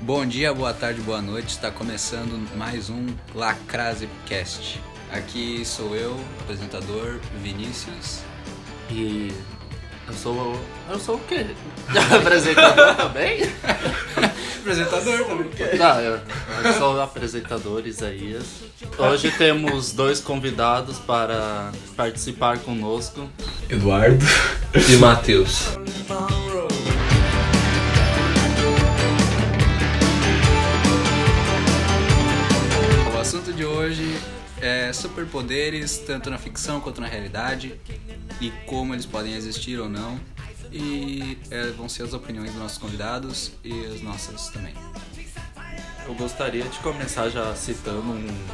Bom dia, boa tarde, boa noite. Está começando mais um Lacrase Cast. Aqui sou eu, apresentador Vinícius. E eu sou o. Eu sou o quê? apresentador também? Apresentador também. Não, eu, eu sou apresentador Isaías. Hoje temos dois convidados para participar conosco. Eduardo e Matheus. O assunto de hoje é superpoderes, tanto na ficção quanto na realidade, e como eles podem existir ou não. E é, vão ser as opiniões dos nossos convidados e as nossas também. Eu gostaria de começar já citando um,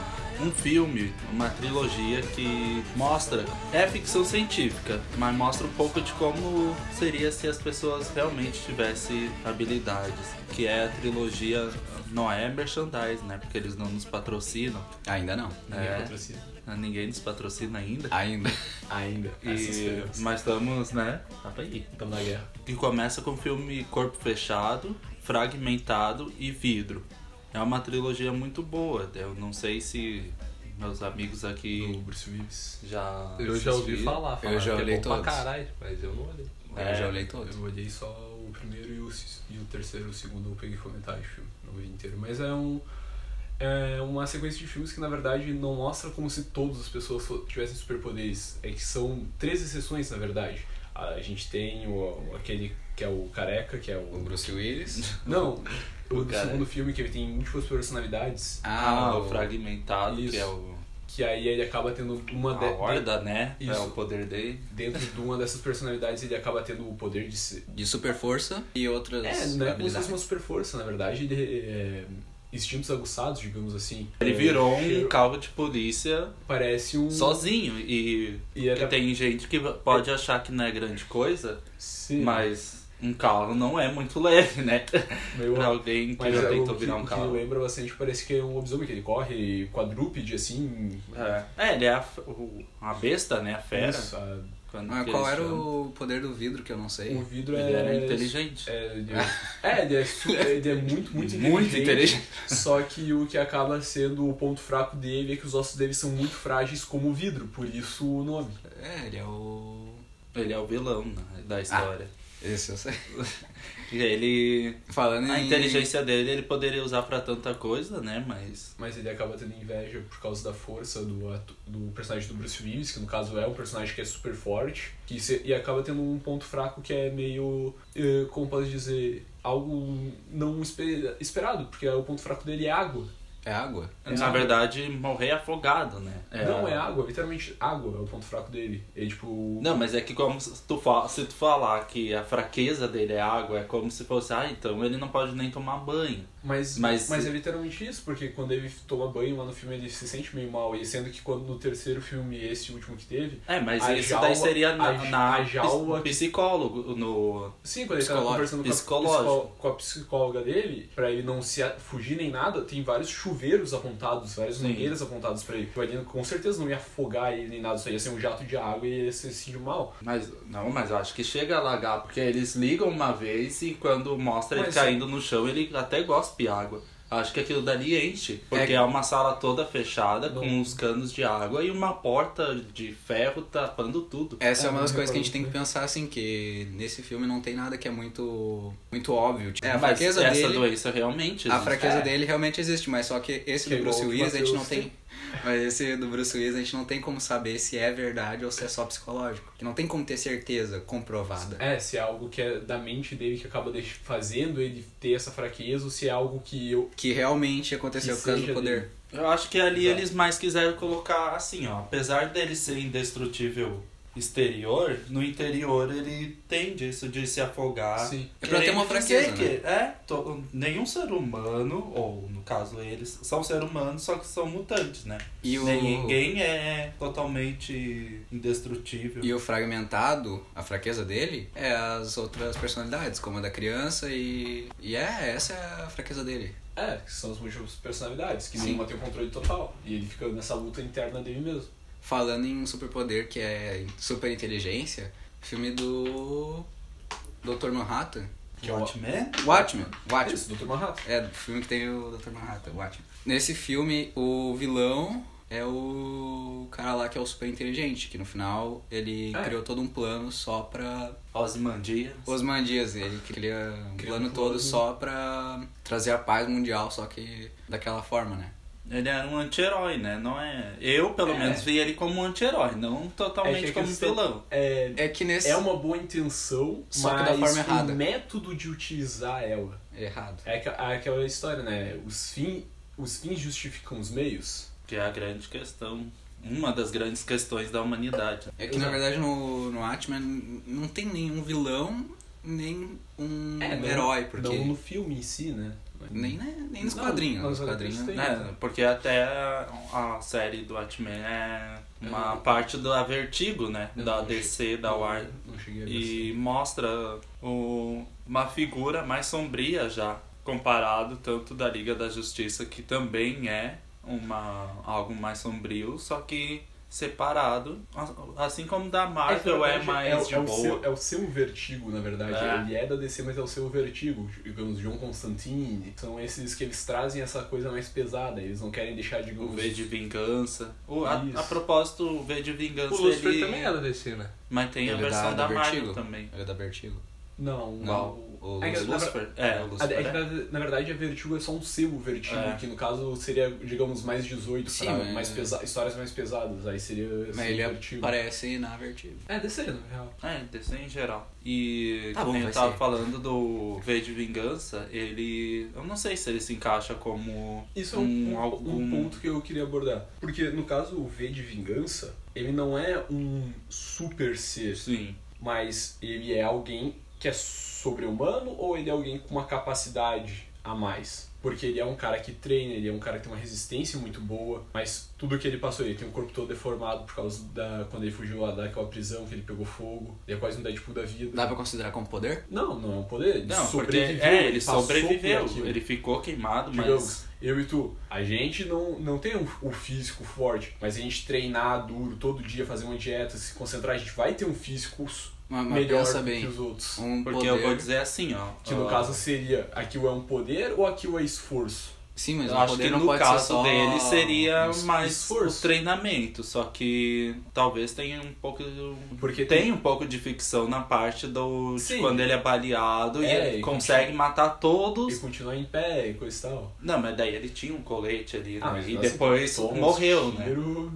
um filme, uma trilogia que mostra. É ficção científica, mas mostra um pouco de como seria se as pessoas realmente tivessem habilidades. Que é a trilogia. Não é merchandise, né? Porque eles não nos patrocinam. Ainda não. Ninguém É. patrocina. Ah, Ninguém nos patrocina ainda. Ainda. Ainda. E, mas estamos, né? Tá pra ir. Estamos na então guerra. E começa com o filme Corpo Fechado, Fragmentado e Vidro. É uma trilogia muito boa. Eu não sei se meus amigos O aqui Bruce Willis. já. Eu já ouvi assistiram. É, falar, falar Eu já que olhei é bom pra todos. caralho, mas eu não olhei. Eu já olhei todos. Eu olhei só o primeiro e o, se- e o terceiro, o segundo eu peguei foi metade do filme, não vi inteiro. Mas é um é uma sequência de filmes que na verdade não mostra como se todas as pessoas fo- tivessem superpoderes. É que são três exceções na verdade. A gente tem o, aquele que é o careca, que é O Bruce Willis. Não, o do cara. segundo filme que ele tem múltiplas personalidades, Ah, o o- Fragmentado, que Isso. é o. que aí ele acaba tendo uma A de- horda, né? É Isso. o poder dele. de- dentro de uma dessas personalidades ele acaba tendo o poder de se... de super força e outras É, não é como se habilidades. fosse uma super força, na verdade, ele é, instintos aguçados, digamos assim. Ele virou um Cheiro. carro de polícia Parece um sozinho. E, e é- era- e tem gente que pode achar que não é grande coisa, Sim, mas um carro não é muito leve, né? meio- Pra alguém que mas já é tentou o que, virar um o que carro. lembra bastante parece que é um lobisomem que ele corre quadrúpede assim. É. é, ele é a, f- o- a besta, né? A fera. Isso, a- Quando Ah, que qual eles era chamam. o poder do vidro que eu não sei? o vidro Ele era é inteligente. É, ele é, ele é, su- ele é muito, muito inteligente. Muito inteligente. Só que o que acaba sendo o ponto fraco dele é que os ossos dele são muito frágeis como o vidro, por isso o nome. É, ele é o. Ele é o vilão né, Ah. da história. Esse eu sei. E ele. Falando em. A inteligência dele ele poderia usar pra tanta coisa, né? Mas. Mas ele acaba tendo inveja por causa da força do, atu- do personagem do Bruce Willis, que no caso é um personagem que é super forte, que se- e acaba tendo um ponto fraco que é meio, eh, como posso dizer, algo não espe- esperado, porque o ponto fraco dele é água. É água? É na água. verdade, morrer afogado, né? Não é água, literalmente água é o ponto fraco dele. Ele, tipo, Não, mas é que como se tu, fa- se tu falar que a fraqueza dele é água, é como se fosse, ah, então ele não pode nem tomar banho. Mas, Mas- mas, é literalmente isso, porque quando ele toma banho lá no filme ele se sente meio mal, e sendo que quando no terceiro filme, esse último que teve. É, mas A isso jaula- daí seria na, a j- na a jaula- psicólogo, no, Sim, quando ele tava Psicológico. conversando com a, Psicológico. psicó- com a psicóloga dele, pra ele não se a- fugir nem nada, tem vários chuveiros apontados, várias Sim. mangueiras apontadas pra ele. Tipo, Ele com certeza não ia afogar ele nem nada, só ia ser um jato de água e ele ia se sentir um mal. Mas não, mas eu acho que chega a lagar, porque eles ligam uma vez e quando mostra ele Mas- caindo no chão, ele até gospe água. Acho que aquilo dali enche, porque é, É- uma sala toda fechada com Não. os canos de água e uma porta de ferro tapando tudo. Essa é, É, uma não das coisas que a reparou. gente tem que pensar, assim, que nesse filme não tem nada que é muito, muito óbvio. Tipo, É, a Mas fraqueza essa dele. doença realmente A existe. fraqueza É. dele realmente existe, mas só que esse Que é do Bruce igual o que Willis a gente não Matheus tem. tem. Mas esse do Bruce Willis a gente não tem como saber se é verdade ou se é só psicológico. Que não tem como ter certeza comprovada. É, se é algo que é da mente dele que acaba deix- fazendo ele ter essa fraqueza, ou se é algo que eu. Que realmente aconteceu Que por causa do seja poder. dele. Eu acho que ali Exato. eles mais quiseram colocar assim, ó. Apesar dele ser indestrutível exterior, no interior ele tem disso de se afogar. Sim. É pra ter uma Querendo dizer fraqueza, né? que, É, to- nenhum ser humano, ou no caso eles, são ser humanos, só que são mutantes, né? E o... Ninguém é totalmente indestrutível. E o fragmentado, a fraqueza dele, é as outras personalidades, como a da criança e. E é, essa é a fraqueza dele. É, que são as múltiplas personalidades, que Sim. nenhuma tem o controle total. E ele fica nessa luta interna dele mesmo. Falando em superpoder que é super inteligência, filme do. Dr. Manhattan. Que é o Watchmen? Watchmen. Watchmen. Isso, Dr. Manhattan. É, do filme que tem o Dr. Manhattan, o Watchmen. Nesse filme, o vilão é o cara lá que é o super inteligente, que no final ele É. criou todo um plano só pra Ozymandias. Osmandias. Ele cria um Criou plano um todo plano. só pra trazer a paz mundial, só que daquela forma, né? Ele era um anti-herói, né? Não é... Eu, pelo É. menos, vi ele como um anti-herói, não totalmente É que a como questão- vilão. É, É que nesse... é uma boa intenção, Só que mas da forma errada. o método de utilizar ela. Errado. É aqua- é aquela história, né? Os, fim, os fins justificam os meios. Que é a grande questão. Uma das grandes questões da humanidade. É que na verdade no, no Watchmen não tem nenhum vilão, nem um É, É, não- herói, porque... Não no filme em si, né? Nem, né? nem nos Não, quadrinhos. mas Nos olha, quadrinhos. né? isso tem- É, porque até a a série do Watchmen é uma parte da Vertigo, né? Uhum. Eu Da não DC, da Warner. Não cheguei a ver. assim. e mostra o- uma figura mais sombria já comparado tanto da Liga da Justiça que também é uma algo mais sombrio só que separado a- assim como da que, na Marvel é, verdade, mais o- de é o boa Seu, é o seu vertigo, na verdade. É. Ele é da DC, mas é o seu vertigo. Digamos, John Constantine. São esses que eles trazem essa coisa mais pesada. Eles não querem deixar, o digamos. V de Vingança o, a, Isso. a propósito o V de Vingança O Lucifer ele- também é da DC, né? mas tem a Ele é da- versão da da, Vertigo. Marvel também Ele é da Vertigo. Não, Não, o- o é que, na ver- Lucifer é o a- é Lucifer que, é. na- na verdade, a Vertigo é só um seu vertigo, É. que no caso seria, digamos, mais 18, Sim, pra mas- é. mais pesa- histórias mais pesadas. Aí seria Mas seu ele é vertigo. aparece na Vertigo. É, DC, na real. É, DC em geral. E Tá como bom, eu vai tava ser. falando do V de Vingança, ele. Eu não sei se ele se encaixa como. Isso é um, um- um- algum- um ponto que eu queria abordar. Porque, no caso, o V de Vingança, ele não é um super ser. Sim. mas ele é alguém que é sobre-humano ou ele é alguém com uma capacidade a mais? Porque ele é um cara que treina, ele é um cara que tem uma resistência muito boa, mas tudo que ele passou, ele tem o corpo todo deformado por causa da. quando ele fugiu lá daquela prisão que ele pegou fogo, ele é quase um Deadpool da vida. Dá pra considerar como poder? Não, não é um poder, ele Não, porque sobreviveu. é, ele passou sobreviveu. por aquilo. Ele ficou queimado, Digamos, mas. eu e tu, a gente não, não tem um, um físico forte, mas a gente treinar duro todo dia, fazer uma dieta, se concentrar, a gente vai ter um físico Mas, mas melhor pensa do bem. que os outros. Um Porque poder... eu vou dizer assim, ó. Que no ó, caso seria aquilo é um poder ou aquilo é esforço? Sim, mas eu um acho poder que não no pode caso ser só... dele seria um- mais esforço. o treinamento, só que talvez tenha um pouco Porque tem um pouco de ficção na parte do de Sim. quando ele é baleado É, e ele e consegue matar todos E continuar em pé e coisa e tal. Não, mas daí ele tinha um colete ali, né? e assim, depois toma uns morreu, né? tiro,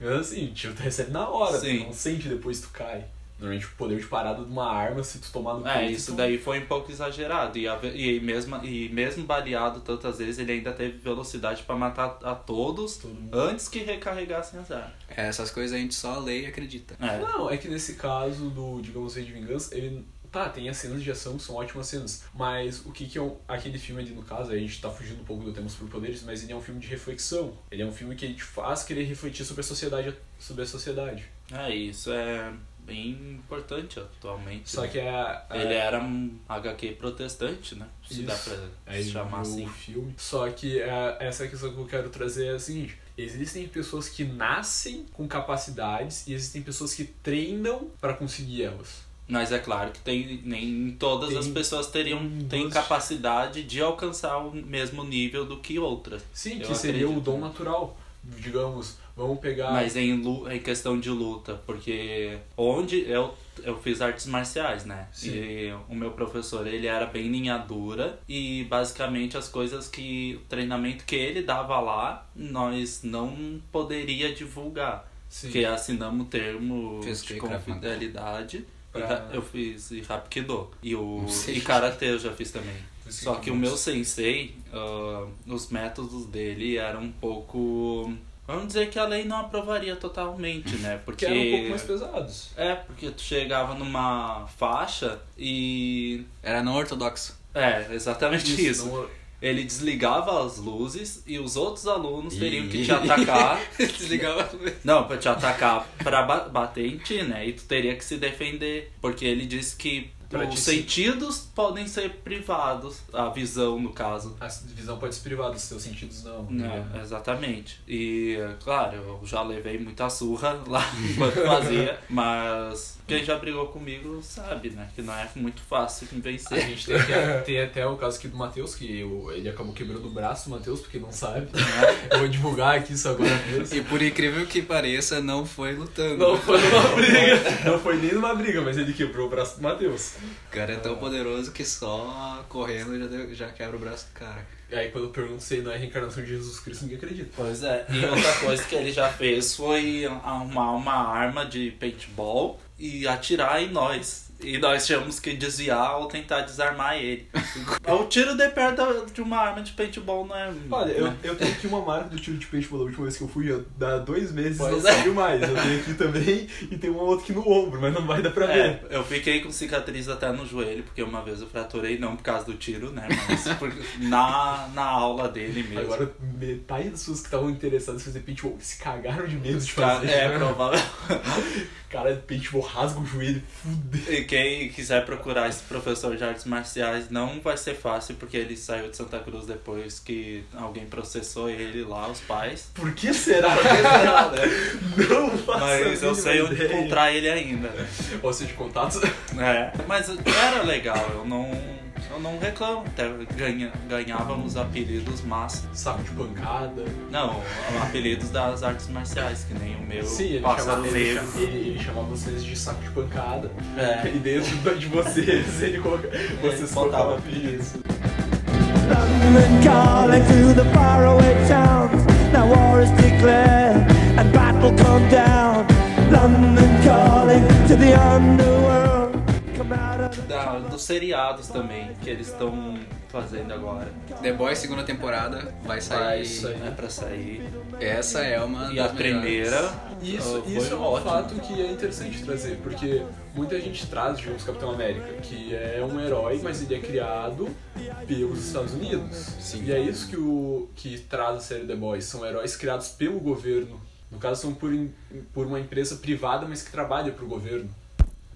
Mas assim, o tiro tu recebe na hora, Sim. tu não sente depois que tu cai. Normalmente o poder de parada de uma arma, se tu tomar no É, peito, isso tu- daí foi um pouco exagerado. E, a ve- e, mesmo, e mesmo baleado tantas vezes, ele ainda teve velocidade pra matar a todos Todo mundo. antes que recarregassem as armas. É, Essas coisas a gente só lê e acredita. É. Não, é que nesse caso do, digamos, Rei de Vingança, ele. Tá, tem as cenas de ação que são ótimas cenas, mas o que que é um, aquele filme ali no caso, a gente tá fugindo um pouco do tema superpoderes, mas ele é um filme de reflexão. Ele é um filme que te faz querer refletir sobre a sociedade, sobre a sociedade. É, isso é bem importante atualmente. Só né? que é, a, a- Ele era um HQ protestante, né? Se Isso. É um dá pra aí se chamar viu assim. o filme. Só que é, essa questão que eu quero trazer é a seguinte: existem pessoas que nascem com capacidades e existem pessoas que treinam pra conseguir elas. Mas é claro que tem, nem todas Tem- um as pessoas teriam tem têm duas- capacidade de alcançar o mesmo nível do que outras. Sim, Eu que seria o acredito, dom né? natural. Digamos, vamos pegar. Mas em, lu- em questão de luta, porque onde eu, eu fiz artes marciais, né? Sim. E o meu professor, ele era bem linha dura e basicamente as coisas que o treinamento que ele dava lá, nós não poderia divulgar. Sim. Porque assinamos o termo Fez o de quê, Krav Maga? confidencialidade. Pra- E ra- Eu fiz e Hapkido. E, o, Não sei. e Karate eu já fiz também. Fiz Só que o kickboxing. meu sensei, ah, os métodos dele eram um pouco. Vamos dizer que a lei não aprovaria totalmente, né? que Porque. eram um pouco mais pesados. É, porque tu chegava numa faixa e. Era não ortodoxo. É, exatamente isso. não- Ele desligava as luzes e os outros alunos teriam que te Ih. atacar. Desligava Não, pra te atacar pra ba- bater em ti, né? E tu teria que se defender. Porque ele disse que Pra Os ti- sentidos podem ser privados, a visão no caso. A visão pode ser privada, os seus sentidos não. É. Não, exatamente. E, claro, eu já levei muita surra lá enquanto fazia, mas quem já brigou comigo sabe, né? Que não é muito fácil me A vencer. gente tem, que, tem até o caso aqui do Matheus, que o- ele acabou quebrando o braço, o Matheus, porque não é? sabe. Eu vou divulgar aqui isso agora mesmo. E por incrível que pareça, não foi lutando. Não foi numa briga. Não foi nem numa briga, mas ele quebrou o braço do Matheus. O cara é tão poderoso que só correndo já, deu- já quebra o braço do cara. E aí quando eu pergunto se ele não é a reencarnação de Jesus Cristo, ninguém acredita. Pois é, e outra coisa que ele já fez foi arrumar uma arma de paintball e atirar em nós. E nós tínhamos que desviar ou tentar desarmar ele. o tiro de perto de uma arma de paintball não é. Olha, eu, eu tenho aqui uma marca do tiro de paintball da última vez que eu fui, eu, dá dois meses Pois não é. saiu mais. Eu tenho aqui também e tem uma outra aqui no ombro, mas não vai dar pra É, ver. eu fiquei com cicatriz até no joelho, porque uma vez eu fraturei, não por causa do tiro, né? Mas por- na, na aula dele mesmo. Agora, metade das pessoas que estavam interessadas em fazer paintball se cagaram de medo de Ca- fazer. é provável. Cara, paintball rasga o joelho, fudeu. E quem quiser procurar esse professor de artes marciais não vai ser fácil, porque ele saiu de Santa Cruz depois que alguém processou ele lá, os pais. Por que será? não faço Mas eu sei onde ideia. encontrar ele ainda. Ou seja, de contatos. É, mas era legal, eu não. Eu não reclamo, até ganha, ganhávamos apelidos massa. Saco de pancada. Não, apelidos das artes marciais, que nem o meu Sim, ele pássaro chamava, ele, negro. chama- ele- ele chamava vocês de saco de pancada. É. E dentro da- de vocês, ele coloca, vocês botava colocavam isso. London calling to the faraway towns. Now war is declared and battle come down. London calling to the underworld. Come out of the Da, dos seriados também, que eles estão fazendo agora. The Boys, segunda temporada, vai Vai sair. sair. Né, pra sair. Essa é uma E a das primeira. melhores. Isso, ah, foi isso é um ótimo. fato que é interessante trazer, porque muita gente traz, digamos, Capitão América, que é um herói, mas ele é criado pelos Estados Unidos. Sim. E é isso que, o, que traz a série The Boys, são heróis criados pelo governo. No caso, são por, em- por uma empresa privada, mas que trabalha para o governo.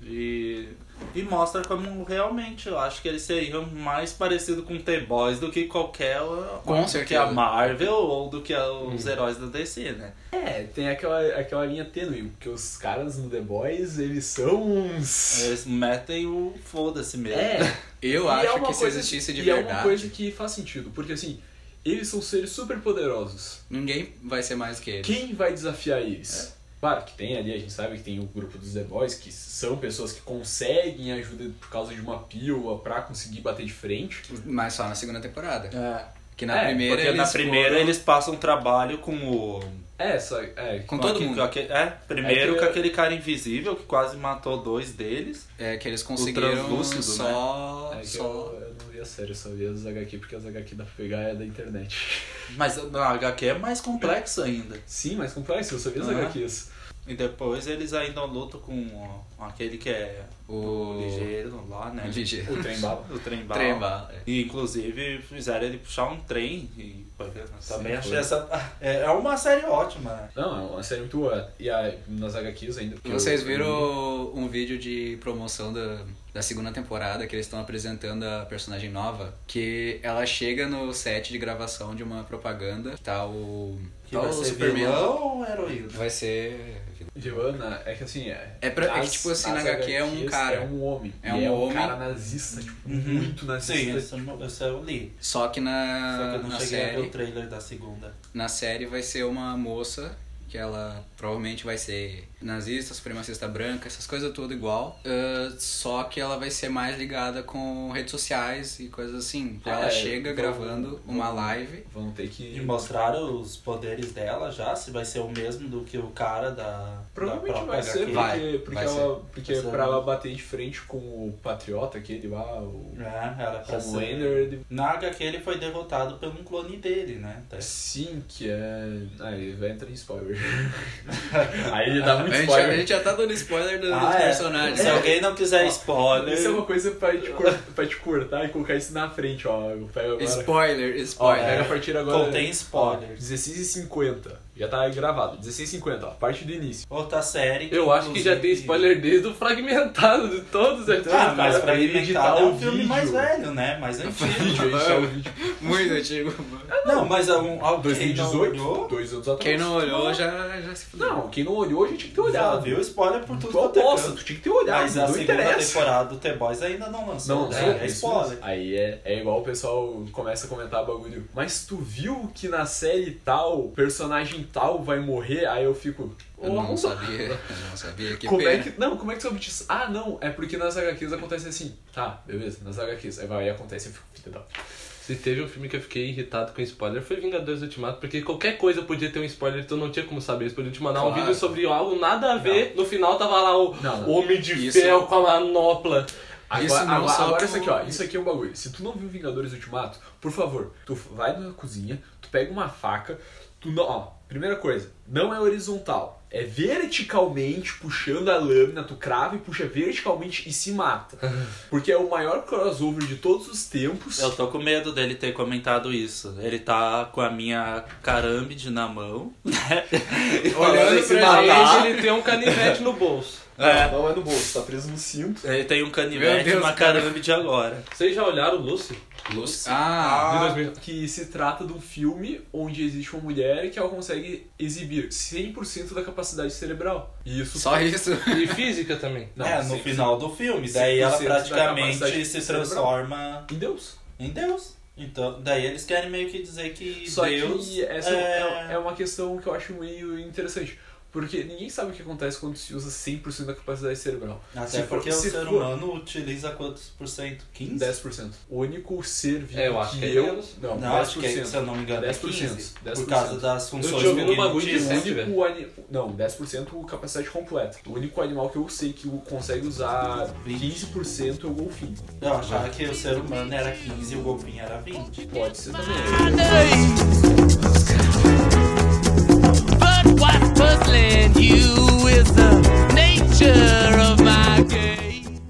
E, e mostra como realmente eu acho que eles seriam mais parecidos com T-Boys do que qualquer. Com do que a certeza. Marvel ou do que a- os heróis da DC, né? É, tem aquela, aquela linha tênue, porque os caras no The Boys, eles são uns... É, Eles metem o foda-se mesmo. É. Eu E acho é uma que se coisa- existisse de e verdade, é uma coisa que faz sentido, porque assim, eles são seres super poderosos. ninguém vai ser mais que ele. Quem vai desafiar É. eles? Claro que tem ali, a gente sabe que tem o grupo dos The Boys, que são pessoas que conseguem ajuda por causa de uma pílula pra conseguir bater de frente. Mas só na segunda temporada. É. Que na É, primeira Porque eles na primeira foram- eles passam trabalho com o. É, só, é, Com todo aque- mundo. com aque- é, primeiro É que- com aquele cara invisível que quase matou dois deles. É que eles conseguiram translúcido, né? só... é que só... eu, eu não li a série, eu só li as HQ, porque as HQ dá pra pegar é da internet. Mas na HQ é mais complexo ainda. Sim, mas complexo, eu só vi as Aham. HQs. E depois eles ainda lutam com ó, aquele que é O... ligeiro lá, né? Ligeiro. é. O trem bala. O trem bala. Tremba. E inclusive fizeram ele puxar um trem e foi ver. né? Também achei foi. essa. É é uma série ótima, né? Não, é uma série muito boa. E a, nas HQs ainda. porque Vocês eu- viram um vídeo de promoção da, da segunda temporada que eles estão apresentando a personagem nova? Que ela chega no set de gravação de uma propaganda. Tá o. Que Tá vai o ser Superman. vilão ou heroína? Vai ser. Giovanna, é que assim. É, É pra- é que, nas- tipo assim, na nas HQ é um HQs cara. É um homem. É E um homem. cara nazista, tipo, Uhum. muito Sim, nazista. essa essa eu li. Só que Só que Ah, na, eu não na cheguei a ver o série. trailer da segunda. Na série vai ser uma moça que ela provavelmente vai ser nazista, supremacista branca, essas coisas tudo igual. Ah, só que ela vai ser mais ligada com redes sociais e coisas assim. Ah, Ela É, chega vão- gravando uma vão- live. Vão ter que. E mostraram os poderes dela já, se vai ser o mesmo do que o cara da. Provavelmente da vai ser, porque, própria Vai, porque, vai ela, porque Vai ser. pra ela bater de frente com o Patriota, aquele lá, o HQ. É, era pra ser. Homelander, ele- Na HQ ele foi derrotado por um clone dele, né? Até. sim, que é. Ah, ele vai entrar em spoiler. Aí ele dá A muito gente, já- a spoiler. gente já tá dando spoiler do- dos Ah, é. personagens. né? Se alguém não quiser Ó, spoiler. Isso é uma coisa pra te, cor- pra te cortar e colocar isso na frente, ó. Pega agora. Spoiler, Ó, É. spoiler. pega a partir agora. Contém spoilers. 16 h 50 Já tá aí gravado. 16h50, ó, parte do início. Outra série. Eu acho que já tem spoiler desde o fragmentado de todos aqui. Ah, mas cara, pra ele fragmentado editar é um o filme vídeo. mais velho, né? Mais antigo. Vídeo, esse é o vídeo. Muito antigo. Não, mas é um, alguém 2018, não olhou, dois anos atrás. Quem não olhou já, já se fudeu. Não, quem não olhou já tinha que ter já olhado. viu spoiler por tudo Tu quanto é aposta, canto. tu tinha que ter olhado. Mas a não segunda interessa. temporada do The Boys ainda não lançou. Não, né? é, é isso spoiler. mesmo. Aí é, é igual o pessoal começa a comentar bagulho. Mas tu viu que na série tal, personagem tal vai morrer? Aí eu fico. "Ô, Eu não Alonso, sabia. Eu não sabia. Que como é pena. que. Não, como é que soube disso? Ah, não, é porque nas HQs acontece assim. Tá, beleza, nas HQs. Aí vai, aí acontece, eu fico, filho da. puta." Se teve um filme que eu fiquei irritado com spoiler, foi Vingadores Ultimato, porque qualquer coisa podia ter um spoiler, então não tinha como saber. Eles podiam te mandar um Claro. vídeo sobre algo nada a ver, no final tava lá o Não, não. Homem de Isso. Ferro com a manopla. Agora, Isso isso, não, agora, só agora tu- isso aqui, ó. Isso aqui é um bagulho. Se tu não viu Vingadores Ultimato, por favor, tu vai na cozinha, tu pega uma faca, tu não. Ó, primeira coisa, não é horizontal. É verticalmente puxando a lâmina, tu crava e puxa verticalmente e se mata. Porque é o maior crossover de todos os tempos. Eu tô com medo dele ter comentado isso. Ele tá com a minha carambide na mão, né? E falando em Olhando se pra matar. gente, ele tem um canivete no bolso. É, Não é no bolso, tá preso no cinto. ele tem um canivete Meu e Deus, uma carambide agora. Vocês já olharam o Lucy? Lúcio. Ah, De 2000. Que se trata de um filme onde existe uma mulher que ela consegue exibir 100% da capacidade cerebral. E isso só isso. E física também. Não, é, no 100% final do filme. Daí ela 100% da praticamente capacidade se cerebral. transforma em Deus. em Deus. Então, daí eles querem meio que dizer que Só Deus que essa é... é... é uma questão que eu acho meio interessante. Porque ninguém sabe o que acontece quando se usa 100% da capacidade cerebral. Até se for- porque é o se ser for- humano utiliza quantos por cento? 15? 10%. O único ser vivo É, eu acho que, que é eu... menos. Não, Não, 10%. acho que é, se eu não me engano, 10%, 10%, 15, Por 10%. causa das Eu funções tinha ouvido um bagulho cognitivas. de O tiver. único ani... Não, 10% capacidade completa. O único animal que eu sei que consegue usar 15% é o golfinho. Eu achava que o ser humano era 15 e o golfinho era 20. Pode ser também. But what's puzzling you is the nature of my game.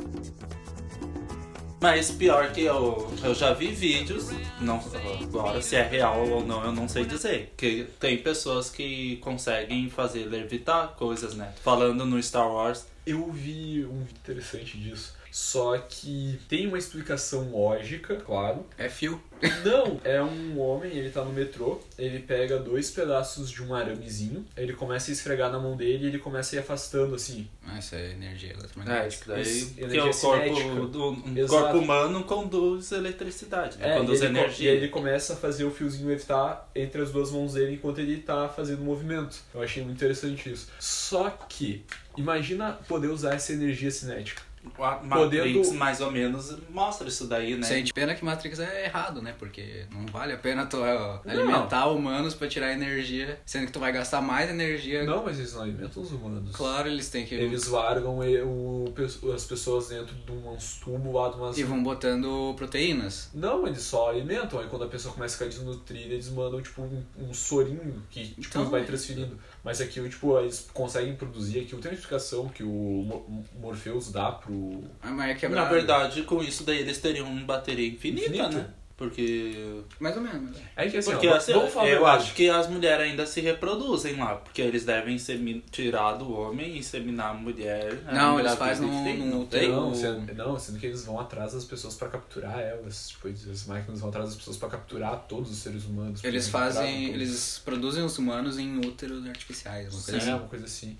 Mas pior que eu, eu já vi vídeos, não, agora se é real ou não eu não sei dizer. Que tem pessoas que conseguem fazer levitar coisas, né? Falando no Star Wars. Eu vi um vídeo interessante disso. Só que tem uma explicação lógica, claro. É fio. Não, é um homem, ele tá no metrô, ele pega dois pedaços de um aramezinho, ele começa a esfregar na mão dele e ele começa a ir afastando, assim. Ah, isso é energia eletromagnética. Daí, Isso, que tipo, é energia o corpo, cinética. do, um Exato. corpo humano conduz eletricidade, né? É, conduz e ele, co- energia. e ele começa a fazer o fiozinho levitar entre as duas mãos dele enquanto ele tá fazendo movimento. Eu achei muito interessante isso. Só que, imagina poder usar essa energia cinética. A Matrix podendo- mais ou menos mostra isso daí, né? Sente pena que Matrix é errado, né? Porque não vale a pena tu ó, alimentar humanos pra tirar energia, sendo que tu vai gastar mais energia. Não, mas eles não alimentam os humanos. Claro, eles têm que. Eles largam e- o, pe- as pessoas dentro de uns tubos lá, de umas. E vão botando proteínas. Não, eles só alimentam. Aí quando a pessoa começa a ficar desnutrida, eles mandam tipo um, um sorinho que tipo, Então, vai é. transferindo. Mas aquilo, tipo, eles conseguem produzir aquilo. Tem uma explicação que o Mo- Morpheus dá pro. Ah, Mas é Na quebrado. verdade, com isso daí eles teriam uma bateria infinita, Infinito. né? Porque Mais ou menos. é. É que assim, Porque ó, assim, vamos falar a eu verdade. acho que as mulheres ainda se reproduzem lá, porque eles devem semi- tirar do homem e seminar a mulher. né? Não, A eles mulher fazem um- vive num- tem, num não tem. tem- Não, o- sendo, não, sendo que eles vão atrás das pessoas pra capturar elas. Tipo, eles- as máquinas vão atrás das pessoas pra capturar todos os seres humanos. porque Eles capturavam fazem. todos. Eles produzem os humanos em úteros artificiais, uma coisa Sim, é assim. uma coisa assim.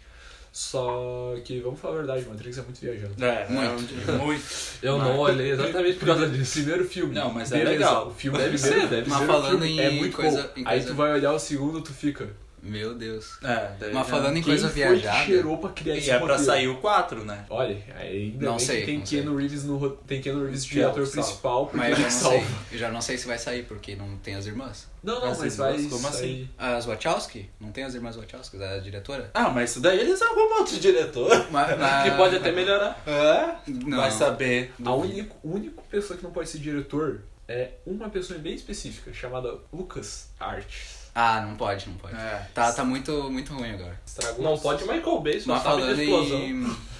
Só que, vamos falar a verdade, Matrix é muito viajado. É, Muito. é um- muito. Eu não olhei exatamente por causa disso. Primeiro filme. Não, mas é Beleza, legal. O filme é Deve primeiro- ser, deve ser. primeiro Mas falando em filme é muito coisa- bom. em Aí coisa- tu vai olhar o segundo, tu fica. Meu Deus. É, daí Mas já- falando em Quem coisa foi que viajada. cheirou pra criar E esse é pra roteiro? sair o 4, né? Olha, ainda Não bem sei, que tem não sei. Keanu Reeves no ro- tem Keanu Reeves Que de é o ator que salva. principal, porque Mas eu ele já não salva. sei. Eu já não sei se vai sair, porque não tem as irmãs. Não, não, Mas mas, eles vai gostam, como sair. As Wachowski? Não tem as irmãs Wachowski, a diretora? Ah, mas isso daí eles arrumam outro diretor. Mas- mas- Que pode até melhorar. É? Não. Vai saber. A única, única pessoa que não pode ser diretor é uma pessoa bem específica, chamada Lucas Art. Ah, não pode, não pode. É. Tá, tá muito, muito ruim agora. Estragou Não os- pode Michael Bay, só Mas Tá sabe falando de explosão. em,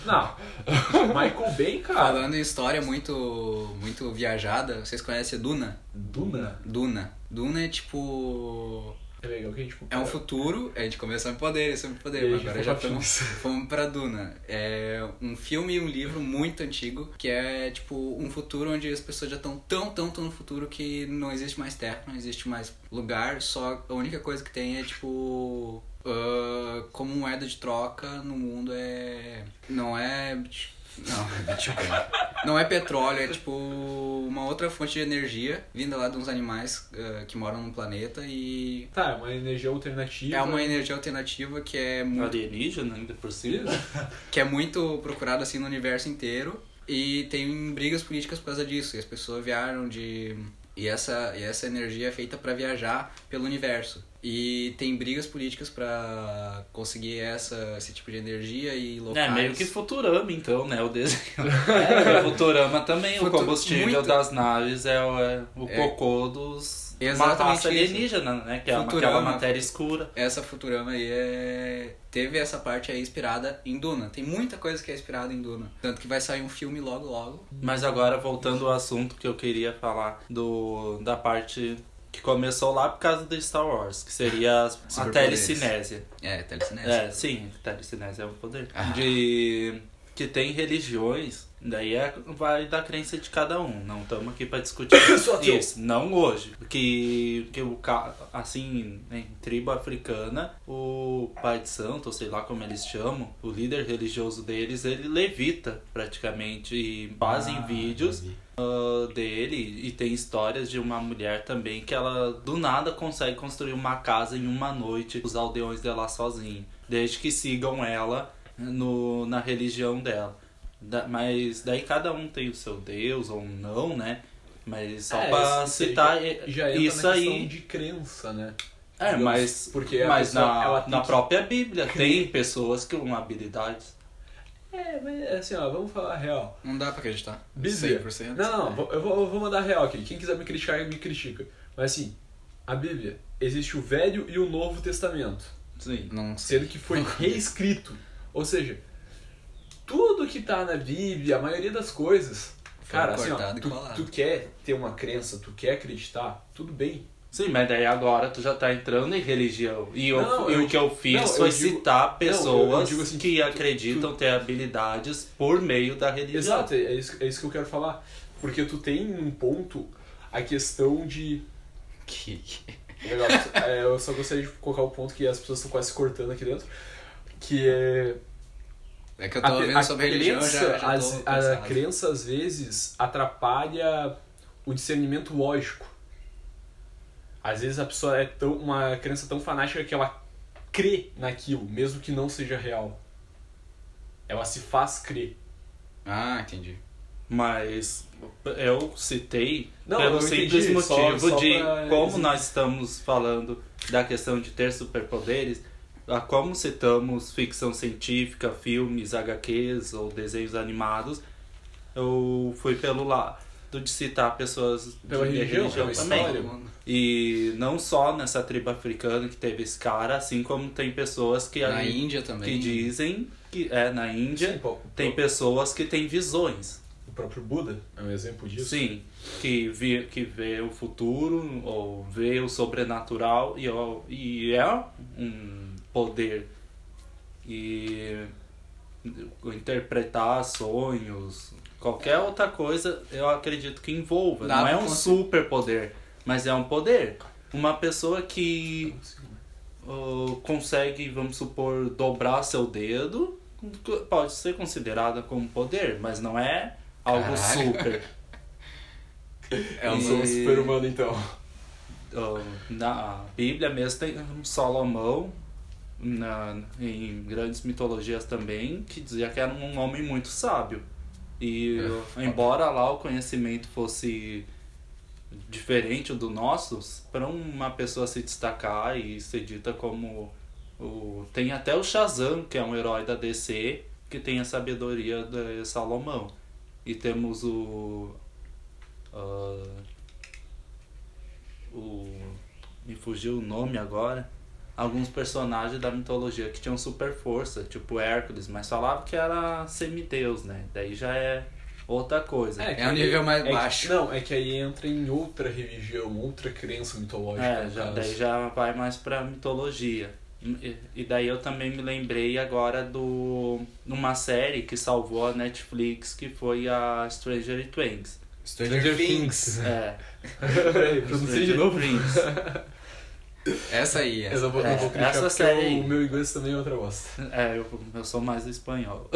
Não. Michael Bay, cara. falando em história muito, muito viajada, vocês conhecem Duna? Duna. Duna. Duna é tipo. É legal que a gente É um futuro, a gente começou em poderes, sobre E poder, a mas gente agora foi já pra estamos, Phoenix. fomos pra Duna. É um filme e um livro muito antigo, que é tipo um futuro onde as pessoas já estão tão, tão, tão no futuro que não existe mais terra, não existe mais lugar, só a única coisa que tem é tipo. ah, como moeda de troca no mundo é. Não é. bit- Não, é Bitcoin. Não é petróleo, é tipo uma outra fonte de energia vinda lá de uns animais ah, que moram no planeta e Tá, é uma energia alternativa. é uma energia alternativa que é muito, Alienígena, ainda por cima. que é muito procurada assim no universo inteiro e tem brigas políticas por causa disso. E as pessoas viajam de e essa e essa energia é feita para viajar pelo universo. E tem brigas políticas para conseguir essa esse tipo de energia e locais. É meio que Futurama, então, né? O desenho. É, o Futurama também. Futu- O combustível muito. das naves é o, é o É. cocô dos. Exatamente Uma raça isso. alienígena, né? Que é uma- Futurama. aquela matéria escura. essa Futurama aí é... teve essa parte aí inspirada em Duna. Tem muita coisa que é inspirada em Duna. Tanto que vai sair um filme logo logo. Mas agora, voltando ao assunto que eu queria falar do da parte que começou lá por causa do Star Wars, que seria as- a Superpoderes. telecinésia. É, telecinese. É, sim, telecinésia é um poder. De que tem religiões, daí é, vai da crença de cada um. Não estamos aqui para discutir ateu. isso, não hoje. Que que o ca- assim, em tribo africana, o pai de santo, ou sei lá como eles chamam, o líder religioso deles, ele levita praticamente e fazem vídeos ah, dele e tem histórias de uma mulher também que ela do nada consegue construir uma casa em uma noite, os aldeões dela sozinha, desde que sigam ela no, na religião dela. Da- mas daí cada um tem o seu deus ou não, né? Mas só É, pra isso aí citar já- já entra isso na questão aí. de crença, né? É, digamos, mas, porque a mas pessoa, na, ela tem na que- própria Bíblia tem pessoas que com habilidades. É, mas assim, ó, vamos falar a real. Não dá pra acreditar. Bíblia. 100%. Não, não, vou- eu vou, eu vou mandar a real aqui. Quem quiser me criticar, me critica. Mas assim, a Bíblia, existe o Velho e o Novo Testamento. Sim. Não sei. sendo que foi reescrito. Ou seja, tudo que tá na Bíblia, a maioria das coisas, Foi cara, assim, ó, cortado e tu, colado. tu quer ter uma crença, tu quer acreditar, tudo bem. Sim, mas daí agora tu já tá entrando em religião. E, eu- Não, e eu o que eu fiz não, eu foi digo- citar eu- eu pessoas digo assim, que tu- acreditam ter habilidades por meio da religião. Exato, é é isso, é isso que eu quero falar. Porque tu tem um ponto a questão de. que... Legal, é, eu só gostaria de colocar o ponto que as pessoas estão quase se cortando aqui dentro. Que é. É que eu tô vendo sobre religião já, já as- tô a cansado. crença às vezes atrapalha o discernimento lógico. Às vezes a pessoa é tão uma crença tão fanática que ela crê naquilo, mesmo que não seja real. Ela se faz crer. Ah, entendi. Mas eu citei Não, pelo eu simples entendi, só- motivo só de pra- como nós estamos falando da questão de ter superpoderes, a como citamos ficção científica, filmes, HQs ou desenhos animados, eu fui pelo lado de citar pessoas Pela de religião, pela também. história. E não só nessa tribo africana que teve esse cara, assim como tem pessoas que, Na ali- Índia que também. dizem que é na Índia, Sim, pô, tem pô. pessoas que têm visões. O próprio Buda é um exemplo disso. Sim, que vê, que vê o futuro ou vê o sobrenatural e, ó, e é um poder. E interpretar sonhos, qualquer outra coisa, eu acredito que envolva. Nada Não é um consi- super poder, mas é um poder. Uma pessoa que ó, consegue, vamos supor, dobrar seu dedo, pode ser considerada como poder, mas não é algo Caralho. super. É Eu um sou um E- super humano então. Ah, na Bíblia mesmo tem um Salomão na, em grandes mitologias também que dizia que era um homem muito sábio e embora lá o conhecimento fosse diferente do nosso para uma pessoa se destacar e ser dita como o tem até o Shazam que é um herói da DC que tem a sabedoria de Salomão e temos o ah, o me fugiu o nome agora alguns personagens da mitologia que tinham super força tipo Hércules mas falava que era semideus né daí já é Outra coisa. que É um aí- nível mais é que- baixo. não, é que aí entra em outra religião, outra crença mitológica. É, no já, caso. daí já vai mais pra mitologia. E- E daí eu também me lembrei agora do de uma série que salvou a Netflix, que foi a Stranger Things. Stranger Things. É. Peraí, Stranger pronunciei de novo. Things. Essa aí, Eu essa. não vou, É, não vou criticar essa porque série- o meu inglês também é outra bosta. É, eu, eu sou mais do espanhol.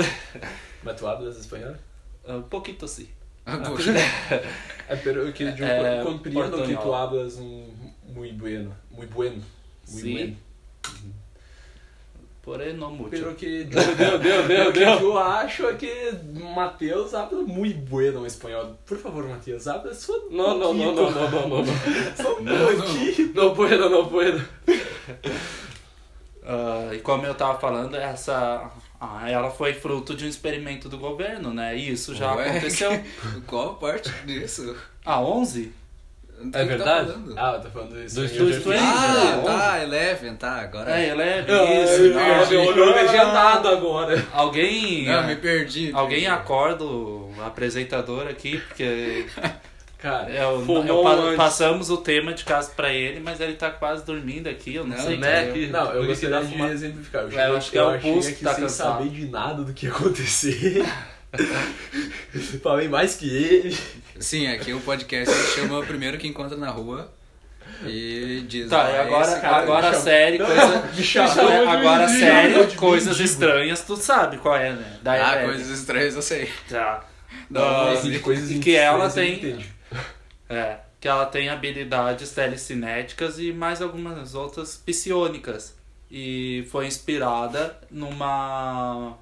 Mas tu hablas espanhol? Um pouquinho sim. Ah, É, pero que yo É, compreendo que tu portunhol. hablas um, muito bueno, muito bueno, muito Sim. bueno. Porém, não Pero muito. que Deu, deu, deu, O que deu. eu acho é que Matheus habla muito bueno o espanhol. Por favor, Matheus, habla só um Não, não, não, pouquinho. não, não, não, não. Só um não. pouquinho. Não puedo, não puedo. Ah, e como eu tava falando, essa. ah, ela foi fruto de um experimento do governo, né? E isso já Ué. aconteceu. Qual parte disso? Ah, 11? Do que tá verdade? falando? Ah, tá falando isso. Dos Dos Stranger Things, Ah, né? tá, Eleven, tá, agora. É, ele é. Isso, Isso, ah, nossa, gente. meu olho legendado agora. Alguém. é. Não, me perdi. Alguém acorda o apresentador aqui, porque é Cara, eu- Fumou eu pa- antes. passamos o tema de casa pra ele, mas ele tá quase dormindo aqui, eu não, Não, sei. Tá, né? entendeu? Que- Não, eu que dá gostaria de fuma- exemplificar. Eu, Eu cheguei- acho que é eu o achei pulso aqui que tá sem cansado. saber de nada do que ia acontecer. Falei mais que ele. Sim, aqui o podcast chama o primeiro que encontra na rua e diz. Tá, "Ah, e esse agora, cara agora a me série, coisa. Me chamou É, de agora mendigo, me chamou sério, de coisas mendigo. estranhas, tu sabe qual é, né? Daí chama." Ah, é- coisas estranhas, eu sei. Tá. Não, Ah, mas- de coisas e que ela estranhas, tem- ele entende. É, que ela tem habilidades telecinéticas e mais algumas outras psionicas. E foi inspirada numa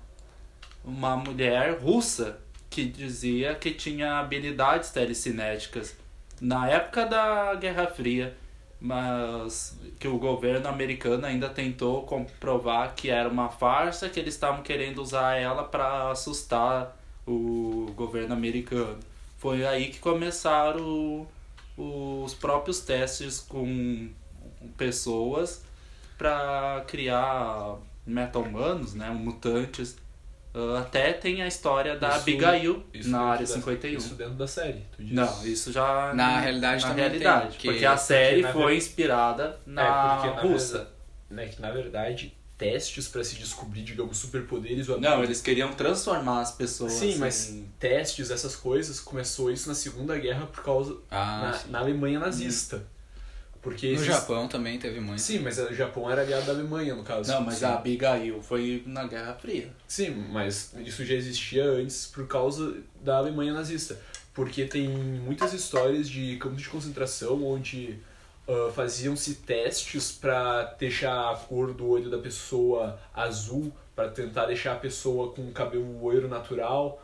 uma mulher russa que dizia que tinha habilidades telecinéticas na época da Guerra Fria, mas que o governo americano ainda tentou comprovar que era uma farsa, que eles estavam querendo usar ela para assustar o governo americano. Foi aí que começaram o- os próprios testes com pessoas para criar meta-humanos, né, mutantes. Ah, Até tem a história da Isso- Abigail isso na dentro área da- 51. Isso dentro da série, tu diz. Não, isso já. Na realidade na também realidade, tem, que- Porque a série na foi ver- inspirada É, na É, porque, na russa. Né, que na verdade, testes pra se descobrir, digamos, superpoderes ou Não, eles queriam transformar as pessoas. Sim, em- mas testes, essas coisas, começou isso na Segunda Guerra por causa. Ah, na, sim. na Alemanha nazista. Porque no esses- Japão também teve muito. Sim, mas o Japão era aliado da Alemanha, no caso. Não, mas Sim. a Abigail foi na Guerra Fria. Sim, mas isso já existia antes por causa da Alemanha nazista. Porque tem muitas histórias de campos de concentração onde ah, faziam-se testes para deixar a cor do olho da pessoa azul, para tentar deixar a pessoa com cabelo loiro natural.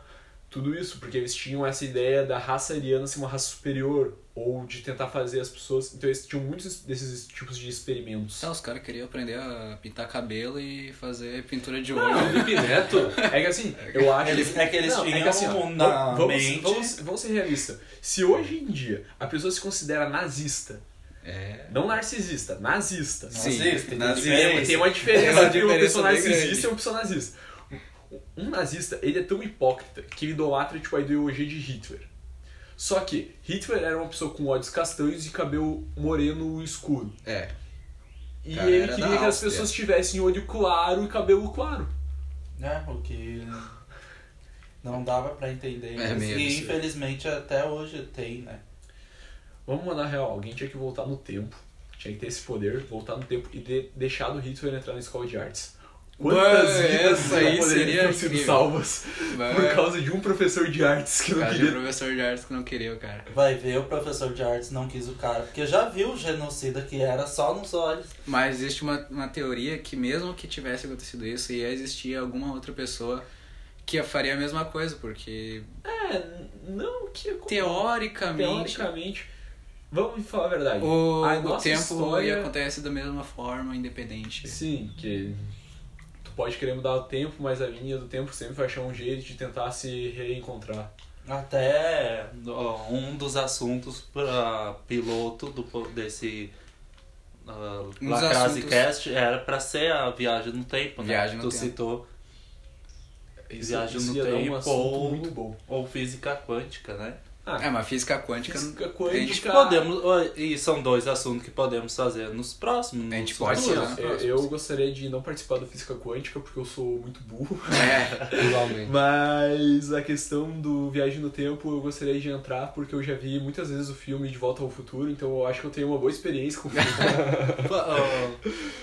Tudo isso, porque eles tinham essa ideia da raça ariana ser uma raça superior, ou de tentar fazer as pessoas. Então eles tinham muitos desses tipos de experimentos. Então, os caras queriam aprender a pintar cabelo e fazer pintura de O olho. Felipe Neto, É que assim, eu acho. Eles- é que eles não, tinham que assim, ó, um na vamos, mente. Vamos, vamos ser realistas. Se hoje em dia a pessoa se considera nazista, É. não narcisista, nazista. Sim, Nazista, nazista. Tem, tem uma diferença Tem uma entre uma diferença pessoa bem narcisista grande. e uma pessoa nazista. Um nazista, ele é tão hipócrita que ele idolatra tipo, a ideologia de Hitler. Só que Hitler era uma pessoa com olhos castanhos e cabelo moreno escuro. É. E Cara, ele era queria da que as Áustria. pessoas tivessem olho claro e cabelo claro. né? O que não dava pra entender. É meio e absurdo. infelizmente até hoje tem, né? Vamos mandar real, alguém tinha que voltar no tempo. Tinha que ter esse poder, voltar no tempo e de, deixar do Hitler entrar na escola de artes. Quantas Ué, vidas essa já aí poderiam seria ter sido incrível. É. salvas Mas- por causa de um professor de artes que Por não causa de queria. professor de artes que não queria o cara. Vai ver, o professor de artes não quis o cara, porque já viu o genocida que era só nos olhos. Mas existe uma, uma teoria que mesmo que tivesse acontecido isso, ia existir alguma outra pessoa que faria a mesma coisa, porque É, não que é teoricamente, teoricamente. Vamos falar a verdade. o, a o nossa tempo história- ia acontece da mesma forma, independente. Sim, que tu pode querer mudar o tempo, mas a linha do tempo sempre vai achar um jeito de tentar se reencontrar. Até ó, um dos assuntos para piloto do, po- desse uh, Um dos Lacrase assuntos- Cast era pra ser a viagem no tempo, né? Viagem no tu tempo. citou. Isso- viagem isso no ia dar um tempo assunto ou, muito bom. ou física quântica, né? É, mas física quântica. Física A gente, quântica. Cara. Podemos, e são dois assuntos que podemos fazer nos próximos. A nos gente pode futuros. ser, né? Eu, eu gostaria de não participar da física quântica porque eu sou muito burro. é, Igualmente. Mas a questão do Viagem no Tempo eu gostaria de entrar porque eu já vi muitas vezes o filme De Volta ao Futuro, então eu acho que eu tenho uma boa experiência com o filme.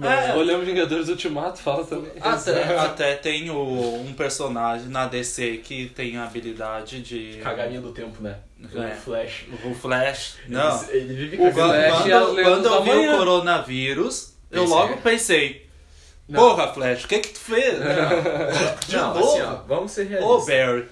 É. Olhamos Vingadores Ultimato, fala também. Ah. Até, até tem o- um personagem na DC que tem a habilidade de. Cagar a linha do tempo, né? É. O Flash. O Flash. Não. Ele, ele vive O Quando, cagando. Flash quando- e as lendas quando da eu vi manhã. o coronavírus, eu Pensei. logo pensei. Não. Porra, Flash, o que que tu fez? De Não, novo? assim, ó, vamos ser Ô, realistas.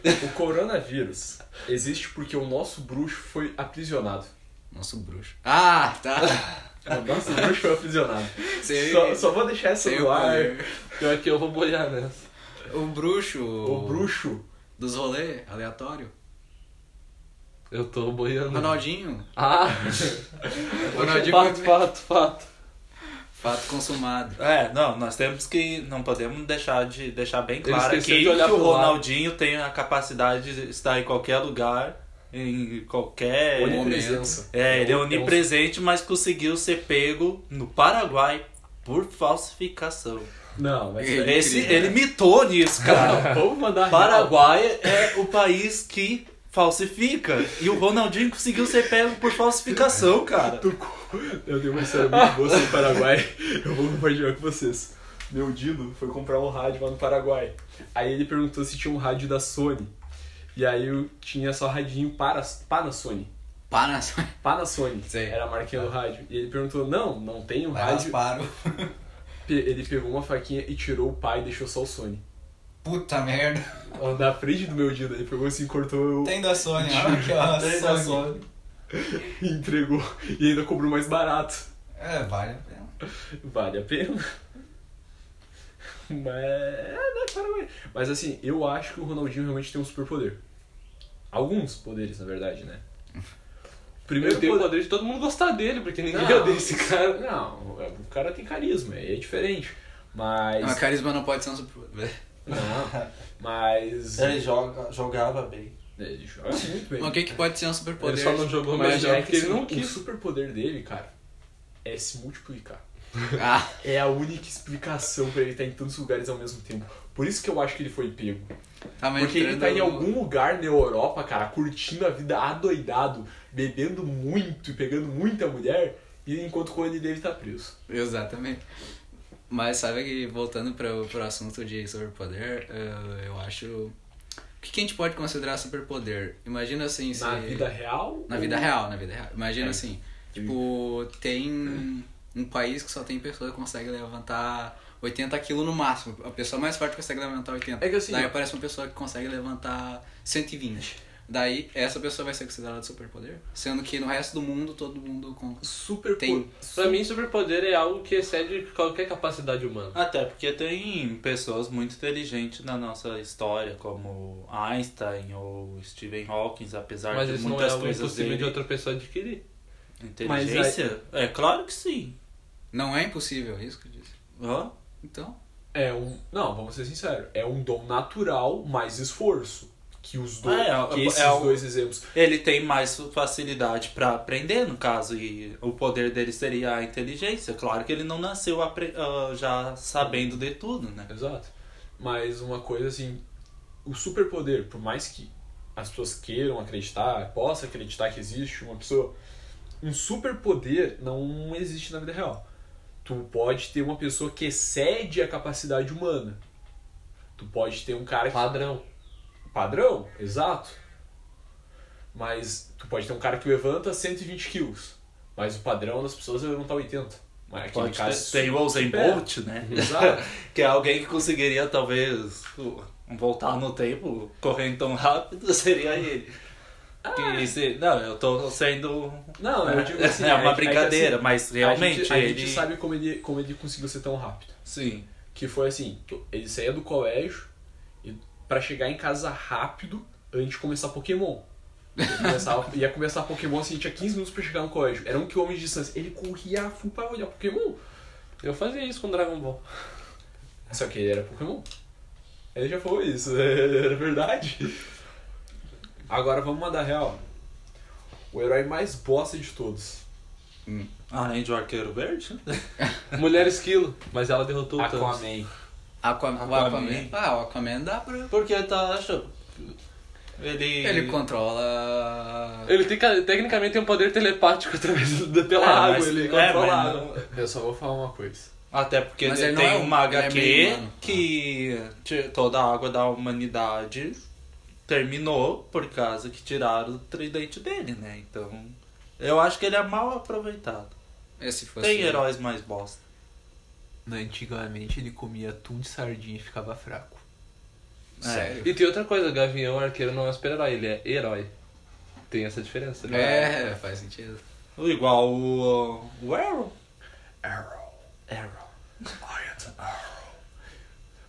Barry. o coronavírus existe porque o nosso bruxo foi aprisionado. Nosso bruxo. Ah, tá. O nosso bruxo foi aprisionado. Sei- Só, só vou deixar essa sei no o é. ar. poder. Pior que eu vou boiar nessa. O bruxo. O bruxo. Dos rolê, aleatório. Eu tô boiando. Ronaldinho. Ah, Hum. Ronaldinho fato, foi- fato, fato. Fato consumado. É, não, nós temos que. Não podemos deixar de deixar bem claro esqueceu aqui de olhar que o pro lado. Ronaldinho tem a capacidade de estar em qualquer lugar, em qualquer. Onipresença. É, ele é um- onipresente, mas conseguiu ser pego no Paraguai por falsificação. Não, mas Ele- Esse, queria, ele mitou nisso, cara. Vamos mandar Paraguai é o país que falsifica. E o Ronaldinho conseguiu ser pego por falsificação, cara. do cu. Eu tenho uma história muito boa sobre o Paraguai. Eu vou compartilhar com vocês. Meu Dino foi comprar um rádio lá no Paraguai. Aí ele perguntou se tinha um rádio da Sony. E aí eu tinha só radinho para, Panasonic. Para. Panasonic Sei. era a marquinha do rádio. E ele perguntou: Não, não tem um rádio. Rasparo. Pe- Ele pegou uma faquinha e tirou o pai e deixou só o Sony. Puta merda. Na frente do meu Dino, ele pegou assim, cortou Tem da Sony, olha é aqui, ó. Tem da e entregou. E ainda cobrou mais barato. É, vale a pena. Vale a pena. Mas, é, né, Paraguai. Mas assim, eu acho que o Ronaldinho realmente tem um superpoder. Alguns poderes, na verdade, né? O Primeiro Eu tenho o poder. poder de todo mundo gostar dele, porque ninguém Não. odeia esse cara. Não, é, o cara tem carisma, aí é diferente. Mas. Mas carisma não pode ser um super. Não, mas. é, joga, jogava bem. Ele joga muito bem. Mas o que, que pode ser um superpoder? Ele só não jogou Mas melhor é que porque ele assim, não o quis. superpoder dele, cara, é se multiplicar. Ah, É a única explicação pra ele estar em tantos lugares ao mesmo tempo. Por isso que eu acho que ele foi pego. tá mas Porque ele entrando tá em algum lugar na Europa, cara, curtindo a vida adoidado, bebendo muito e pegando muita mulher, e enquanto com ele deve tá preso. Exatamente. Mas sabe que, voltando pro, pro assunto de superpoder, eh, eu acho... O que, que a gente pode considerar superpoder? Imagina assim, se... Na vida real? um Na ou- vida real, na vida real. Imagina É. assim, tipo, tem um país que só tem pessoa que consegue levantar 80 quilos no máximo. A pessoa mais forte consegue levantar 80. É que assim, Daí ó. aparece uma pessoa que consegue levantar 120. Daí essa pessoa vai ser considerada superpoder. Sendo que no resto do mundo, todo mundo... Com... Super Tem. po- Pra mim, superpoder é algo que excede qualquer capacidade humana. Até porque tem pessoas muito inteligentes na nossa história, como Einstein ou Stephen Hawking, Ah, apesar Mas de isso não é muitas algo coisas impossível dele. de outra pessoa adquirir. Inteligência? É claro que sim. Não é impossível, é isso que eu disse. Hã? Então, É um. Não, vamos ser sinceros. É um dom natural mais esforço. Que os dois. Ah, é, que é, esses é o- dois exemplos. Ele tem mais facilidade pra aprender, no caso, e o poder dele seria a inteligência. Claro que ele não nasceu apre- ah, já sabendo de tudo, né? Exato. Mas uma coisa assim, o superpoder, por mais que as pessoas queiram acreditar, possa acreditar que existe uma pessoa, um superpoder não existe na vida real. Tu pode ter uma pessoa que excede a capacidade humana. Tu pode ter um cara que Padrão. Padrão, exato. Mas tu pode ter um cara que levanta 120 quilos, mas o padrão das pessoas é levantar 80. Mas aquele Pode cara ter, tem o Usain supera. Bolt, né? Exato. que é alguém que conseguiria, talvez, voltar no tempo correndo tão rápido, seria ele. Que se- não, eu tô sendo... Ah. um, Não, eu digo assim, é é que- é uma que brincadeira, assim, mas realmente a gente, a ele... gente sabe como ele, como ele conseguiu ser tão rápido. Sim. Que foi assim, ele saía do colégio e para chegar em casa rápido antes de começar Pokémon. Ele começava- ia começar Pokémon assim, tinha 15 minutos pra chegar no colégio. Era um quilômetro de distância. Ele corria a full pra olhar Pokémon. Eu fazia isso com Dragon Ball. Só que ele era Pokémon. É, já foi isso, é verdade. Agora vamos mandar real. O herói mais bosta de todos. Ah, Além de o Arqueiro Verde? Mulher esquilo, mas ela Ah, derrotou o Thanos. Aquaman. Aqua- o Aquaman. Aquaman. Ah, o Aquaman dá pra. Porque tá. acho- Ele. Ele controla. Ele tem, ca- tecnicamente tem um poder telepático através da, pela Ah, água, mas- ele é, controla a mas água. não- Eu só vou falar uma coisa. Até porque Mas ele ele não tem é um- uma ele é HQ meio humano. né? que ti- toda a água da humanidade terminou por causa que tiraram o tridente dele, né? Então, eu acho que ele é mal aproveitado. Esse fosse. Tem heróis mais bosta. Antigamente ele comia atum de sardinha e ficava fraco. Sério. E tem outra coisa, Gavião Arqueiro não é um super-herói, ele é herói. Tem essa diferença. É, faz sentido. Igual o, o Arrow. Arrow. Arrow.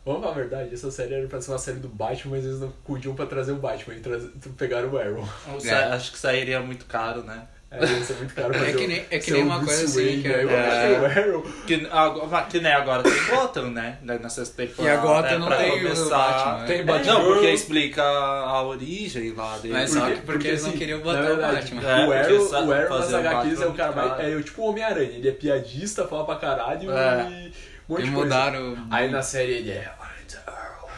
Vamos falar a verdade, essa série era pra ser uma série do Batman, mas eles não podiam pra trazer o Batman, eles traz- pegaram o Arrow. Eu É. sa- Acho que sairia muito caro, né? É, ia ser muito caro É fazer que o- nem- é que ser nem o uma Bruce coisa assim, Wayne, que aí é- eu achei o Arrow. Que, agora, que nem agora tem Gotham, né? Daí Nessa temporada. E a Gotham né? não Pra tem o começar... Batman, né? Tem É, não, Batgirl. porque explica a origem lá dele. Mas Por É só quê? que porque, eles não assim, queriam na botar o verdade, um Batman. É, o porque Arrow, sa- o Arrow nas fazer o HQs é o Batman cara mais. Ah. cara. É o tipo o Homem-Aranha, ele é piadista, fala pra caralho É. e. Um monte E de coisa. mudaram. Aí na série ele é. "Alright, Arrow,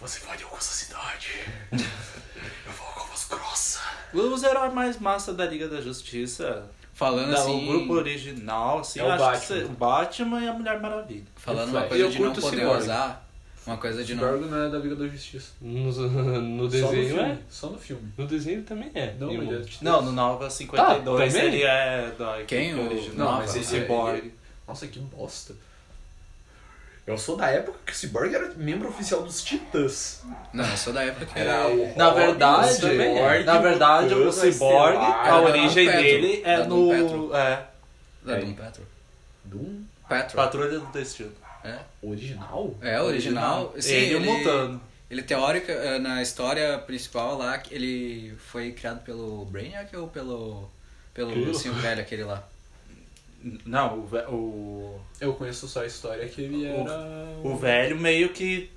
Você invadiu essa cidade. Eu vou com a voz grossa. Os heróis mais massa da Liga da Justiça. Falando da- assim. O um grupo original, assim, É o acho Batman. que cê- o Batman e a Mulher Maravilha. Falando Eu uma coisa de não curto o poder Cyborg. usar. Uma coisa de não. Cyborg não é da Liga da Justiça. No, no Só no desenho é? filme. Só no filme. No desenho também é. Não, E o- ele é de- Não, no Nova 52 também? ele é da equipe Quem? O- original. É, Não, mas mas esse aí- Borg. Nossa, que bosta. Eu sou da época que o Cyborg era membro oficial dos Titãs. É. Não, eu sou da época que Era o Na Robin, verdade, o Cyborg, na verdade, o Titãs, a Cyborg, é. Estelar, a Era origem do Petro. dele é Era do no Petro. é, Da Doom Patrol. Doom Patrol. Patrulha do Destino. É, um original? é original. Sim, ele, mutando. Ele teórica, eh, na história principal lá, ele foi criado pelo Brainiac ou pelo. pelo Eu? sim, o velho aquele lá? Não, o, ve- o, Eu conheço só a história que ele O- era. o velho meio que.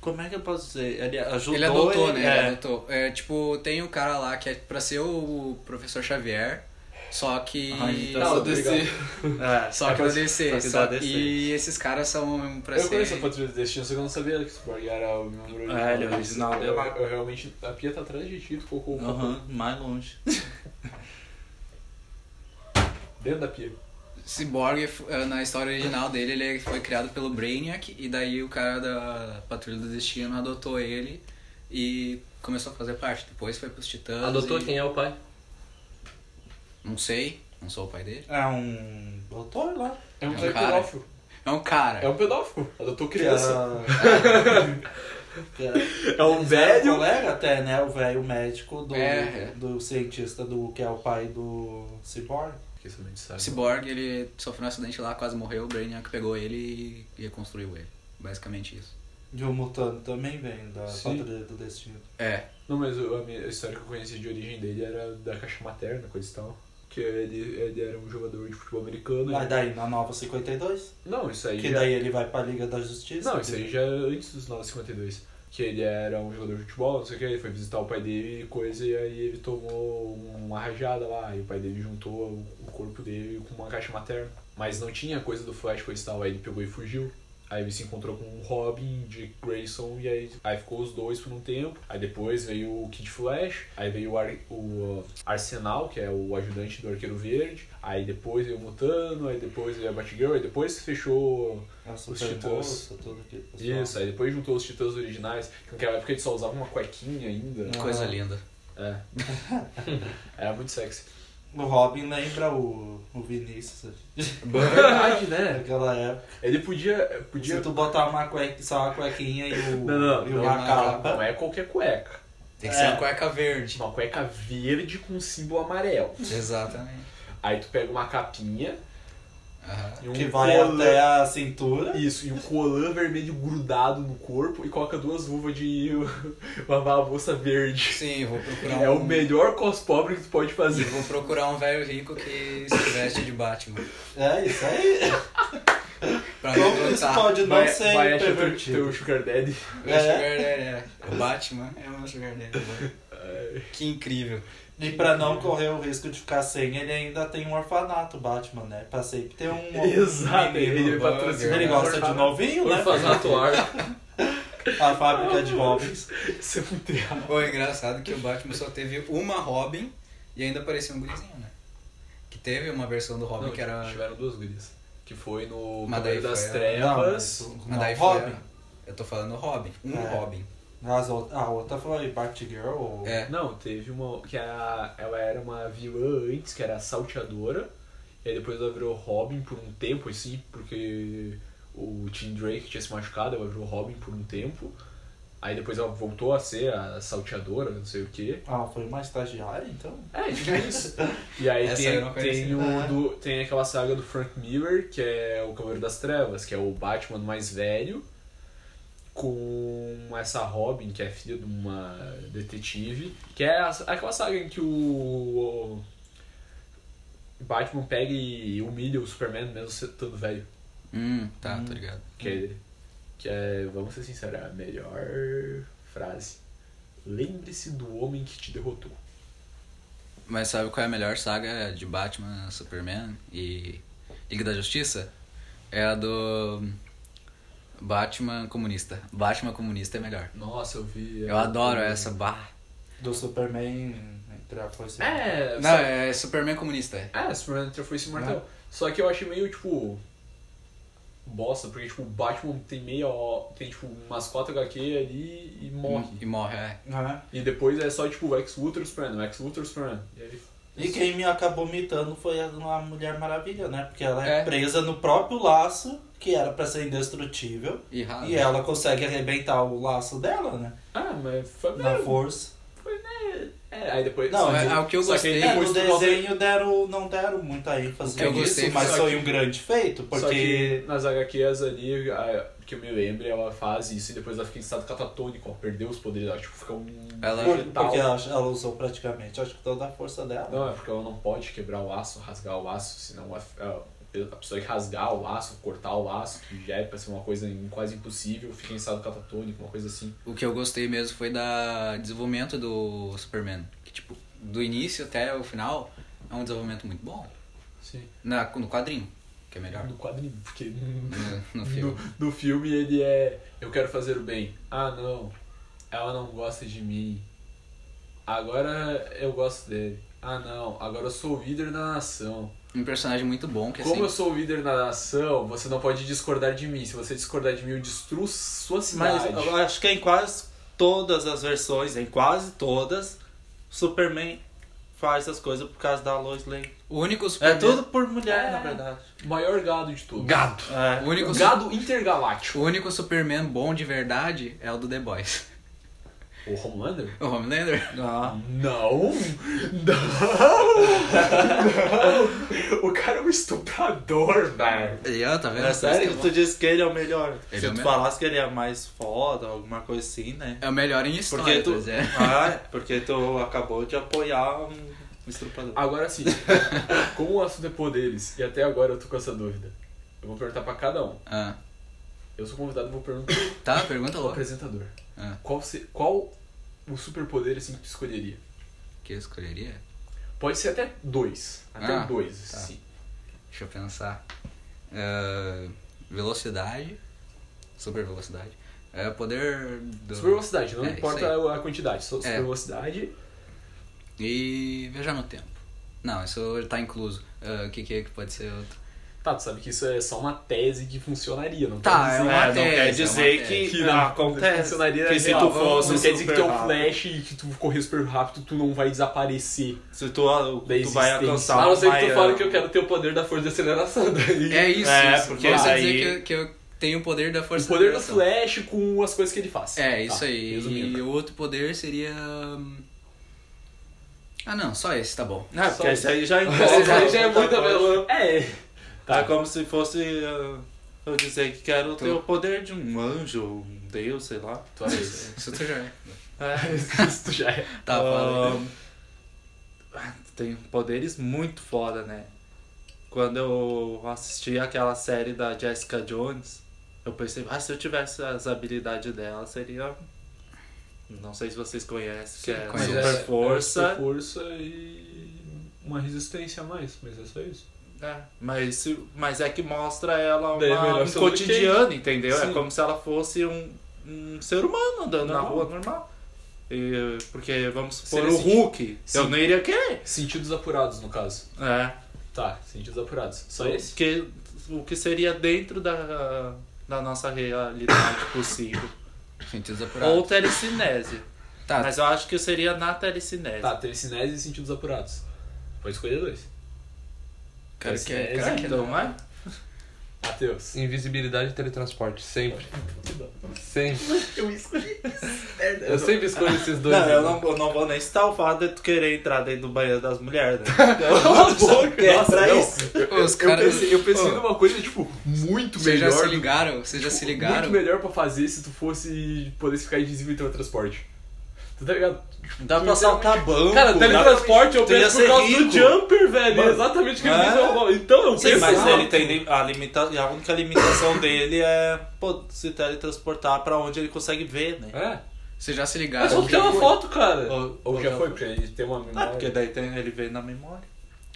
Como é que eu posso dizer? Ele ajudou. ele adotou, ele- né? é. Ele adotou. É, tipo, tem o cara lá que é pra ser o professor Xavier, só que. Ah, então Não, sou desse- obrigado. É. Só que o DC. só que só- da DC. E esses caras são pra Eu ser. conheço a Patrulha do Destino, só que eu não sabia que o Cyborg era o membro original. É, ele é original. Eu, eu realmente. A Pia tá atrás de ti, tu colocou o Aham, mais longe. dentro da Pia. Cyborg, eh, na história original dele, ele foi criado pelo Brainiac, e daí o cara da Patrulha do Destino adotou ele e começou a fazer parte. Depois foi pros Titãs. Adotou e- quem é o pai? Não sei, não sou o pai dele. É um doutor lá. É um, É um é cara. pedófilo. É um cara. É um pedófilo. Adotou criança. Que era- que É um era velho. colega até, né? O velho médico do, É. do cientista do que é o pai do Cyborg. Fiquei sabendo disso, O sabe? Cyborg, ele sofreu um acidente lá, quase morreu, o Brainiac pegou ele e reconstruiu ele. Basicamente isso. E o Mutano um também vem da Sim. Patrulha do Destino. É. Não, mas o- a, minha- a história que eu conheci de origem dele era da caixa materna, coisa e tal. Que ele, ele era um jogador de futebol americano. Mas daí, na Nova 52, Não, isso aí que já... daí ele vai pra Liga da Justiça. Não, isso aí já é antes dos 952. Que ele era um jogador de futebol, não sei o que, ele foi visitar o pai dele e coisa, e aí ele tomou uma rajada lá, e o pai dele juntou o o corpo dele com uma caixa materna. Mas não tinha coisa do Flash coisa e tal, aí ele pegou e fugiu. Aí ele se encontrou com o Robin, Dick Grayson, e aí, aí ficou os dois por um tempo. Aí depois veio o Kid Flash, aí veio o, Ar- o, uh, Arsenal, que é o ajudante do Arqueiro Verde. Aí depois veio o Mutano, aí depois veio a Batgirl, aí depois fechou A Os é um Super Titãs. Bolsa, tudo tá aqui. pessoal. isso, aí depois juntou os titãs originais, que naquela época ele só usava uma cuequinha ainda. Não. Coisa linda. É. Era muito sexy. O Robin lembra o, o Vinícius. É Verdade, né? Naquela época. Ele podia. podia... tá- Se tu botar uma cueca, só uma cuequinha e o. Não, não, e não, uma não, capa. Não é qualquer cueca. Tem que ser É. uma cueca verde. Uma cueca verde com símbolo amarelo. Exatamente. Aí tu pega uma capinha Aham. e um Que vai colã- até a cintura. Isso, e um colã vermelho grudado no corpo e coloca duas luvas de lavar a bolsa verde. Sim, vou procurar É um. o melhor cos pobre que tu pode fazer. Vou procurar um velho rico que se veste de Batman. É isso aí. Pra Como isso revoltar. pode não Vai, ser vai achar teu, pervertido? teu Sugar Daddy. O Sugar Daddy, é. O Batman é o Sugar Daddy. né? Que incrível. E pra não correr o risco de ficar sem, ele ainda tem um orfanato, Batman, né? Pra sempre ter um. Exato, menino. ele é bom, patrocina. Ele gosta de é novinho, né? Orfanato Arco. A fábrica de móveis. Isso é muito errado. Pô, é engraçado que o Batman só teve uma Robin e ainda apareceu um gurizinho, né? Que teve uma versão do Robin Não, que era. tiveram duas gurias. Que foi no Mas Cavaleiro daí das foi- Não, Trevas. mas o- Mas não, daí foi Robin. a- Eu tô falando Robin. Um É. Robin. As out- a outra foi Batgirl ou. É. Não, teve uma. que a, ela era uma vilã antes, que era a salteadora. E aí depois ela virou Robin por um tempo, assim, porque o Tim Drake tinha se machucado, ela virou Robin por um tempo. Aí depois ela voltou a ser a salteadora, não sei o que. Ah, foi uma estagiária então? É, tipo isso. E aí Essa eu não tem, conhecia. tem, o Ah. do- tem aquela saga do Frank Miller, que é o Cavaleiro das Trevas, que é o Batman mais velho, com essa Robin, que é filha de uma detetive, que é a- aquela saga em que o, o Batman pega e humilha o Superman, mesmo se- estando velho. Hum, tá, tô ligado. Que é, que é, vamos ser sinceros, é a melhor frase. Lembre-se do homem que te derrotou. Mas sabe qual é a melhor saga de Batman, Superman e Liga da Justiça? É a do Batman comunista. Batman comunista é melhor. Nossa, eu vi. Eu é adoro essa barra. Do Superman entre a força. É, Não, sabe- é Superman comunista. é. É, Superman entre a foice e o martelo. Só que eu achei meio, tipo. Bosta, porque, tipo, o Batman tem meia. ho- Tem, tipo, umas quatro HQ ali e morre. E morre, é. Né? E depois é só, tipo, o Lex Luthor Superman, o Lex Luthor Superman. E aí. E quem me acabou mitando foi a, a Mulher Maravilha, né? Porque ela é, É. presa no próprio laço, que era pra ser indestrutível. E rala. e ela consegue arrebentar o laço dela, né? Ah, mas foi. Na meio- força. foi meio- É, aí depois. Não, só é- que- é o que eu só gostei. aí É, depois no tu nota- desenho deram, não deram muita ênfase O que eu nisso, gostei mas foi foi que- um grande feito, porque... Só que nas HQs ali, a- que eu me lembro, ela faz isso e depois ela fica em estado catatônico, ó, perdeu os poderes, ela, tipo, fica um. Ela- Por- vegetal. Porque ela, ela usou praticamente, acho que toda a força dela. Não, é porque ela não pode quebrar o laço, rasgar o laço, senão a, a- a pessoa que rasgar o laço, cortar o laço, que já é pra ser uma coisa im- quase impossível, fica em estado catatônico, uma coisa assim. O que eu gostei mesmo foi da desenvolvimento do Superman. Que, tipo, do início até o final, é um desenvolvimento muito bom. Sim. Na, no quadrinho, que é melhor. No quadrinho, porque no, No, no filme. no filme ele é eu quero fazer o bem. Ah não, ela não gosta de mim. Agora eu gosto dele. Ah não, agora eu sou o líder da nação. Um personagem muito bom, que é Como eu assim, sou o líder da nação, você não pode discordar de mim. Se você discordar de mim, eu destruo sua Mas cidade. eu acho que em quase todas as versões, em quase todas, Superman faz as coisas por causa da Lois Lane. o único É Superman... tudo por mulher, É. na verdade. Maior gado de todos. Gado! O É. único, Gado intergaláctico. o único Superman bom de verdade é o do The Boys. O Homelander? O Homelander. Não. Não! Não! Não! O cara é um estuprador, velho. E ó, tá vendo? É sério que tu disse que ele é o melhor. Ele Se é o tu melhor. falasse que ele é mais foda, alguma coisa assim, né? É o melhor em história, Porque tu, pois é. ah, porque tu acabou de apoiar um estrupador. Agora sim, como o assunto é poderes, e até agora eu tô com essa dúvida, eu vou perguntar pra cada um. Ah, Eu sou convidado e vou perguntar tá, pergunta pro louca. apresentador. Ah. Qual, se, qual o superpoder assim que tu escolheria? Que eu escolheria? Pode ser até dois. Até Ah, dois, tá. sim. Deixa eu pensar. Ah, velocidade. Super velocidade. É o poder do... Super velocidade, não É, isso importa a quantidade, só super É. velocidade. E viajar no tempo. Não, isso tá incluso. Ah, O que, que é que pode ser outro? Tá, tu sabe que isso é só uma tese que funcionaria, não Tá, quer é dizer uma É, não tese, quer é dizer uma que, tese. que ah, na acontece. funcionaria é Que se real. tu Não, fosse não quer dizer que tu é um superado. flash e que tu correr super rápido tu não vai desaparecer Se tu, da tu vai existência. alcançar é Tá, A não ser que tu maior- fale que eu quero ter o poder da força de aceleração. Daí. É isso. É, isso. porque Você aí- dizer que eu, que eu tenho o poder da o força poder da do ação. flash com as coisas que ele faz Tá, É, isso aí. E resumindo. o outro poder seria. hum, Ah, não, só esse, tá bom. Não, porque isso aí já envolve. Esse aí já é outra muito coisa. apelão. é Tá como se fosse ah, eu dizer que quero ter o poder de um anjo, um deus, sei lá. tu é isso Isso tu já é. Isso tu já é Tá, fala. aí. Ah, Tem poderes muito foda, né? Quando eu assisti aquela série da Jessica Jones, eu pensei, ah, se eu tivesse as habilidades dela, seria. Não sei se vocês conhecem, que é conheço. super Mas força. super força e uma resistência a mais, mas é só isso. É, mas, se- mas é que mostra ela Daí é uma, melhor um ser o Luke cotidiano, entendeu? É Sim. como se ela fosse um, um ser humano andando na Normal. rua normal. E, porque, vamos supor, Seria o assim. Hulk, eu Sim. não iria querer. Sentidos apurados, no caso. É, Tá, sentidos apurados. Só esse? porque, o que seria dentro da, da nossa realidade possível. Gente, Ou telecinese. Tá, Mas eu acho que seria na telecinese. Tá, telecinese e sentidos apurados. Pode escolher dois. cara, que é é, cara, que é então, é? Matheus. Invisibilidade e teletransporte, sempre. Sempre. Eu escolhi Eu sempre escolho esses dois. Não, eu né? não, eu não vou nem estalvar de tu querer entrar dentro do banheiro das mulheres, né? Nossa, é pra isso. Os caras. Então, Eu pensei Ô, numa coisa, tipo, muito Vocês já melhor. se do- Tipo, ligaram? Vocês já se Muito ligaram? melhor pra fazer se tu fosse. pudesse ficar invisível em teletransporte. Tu tá ligado? Tipo, Dá Então é pra saltar banco. né? Cara, dá- teletransporte eu Tu ia penso ser por causa rico. do jumper, velho. Mano. Exatamente o que Ah. ele é? fez. eu- Então eu Sim, penso mas lá. ele tem li- a limitação. A única limitação dele é pô, se teletransportar pra onde ele consegue ver, né? É. Vocês já se é Mas só ligaram? tem uma foto, cara. Ou, ou já foi, porque a gente tem uma memória. Ah, porque daí tem- ele vê na memória.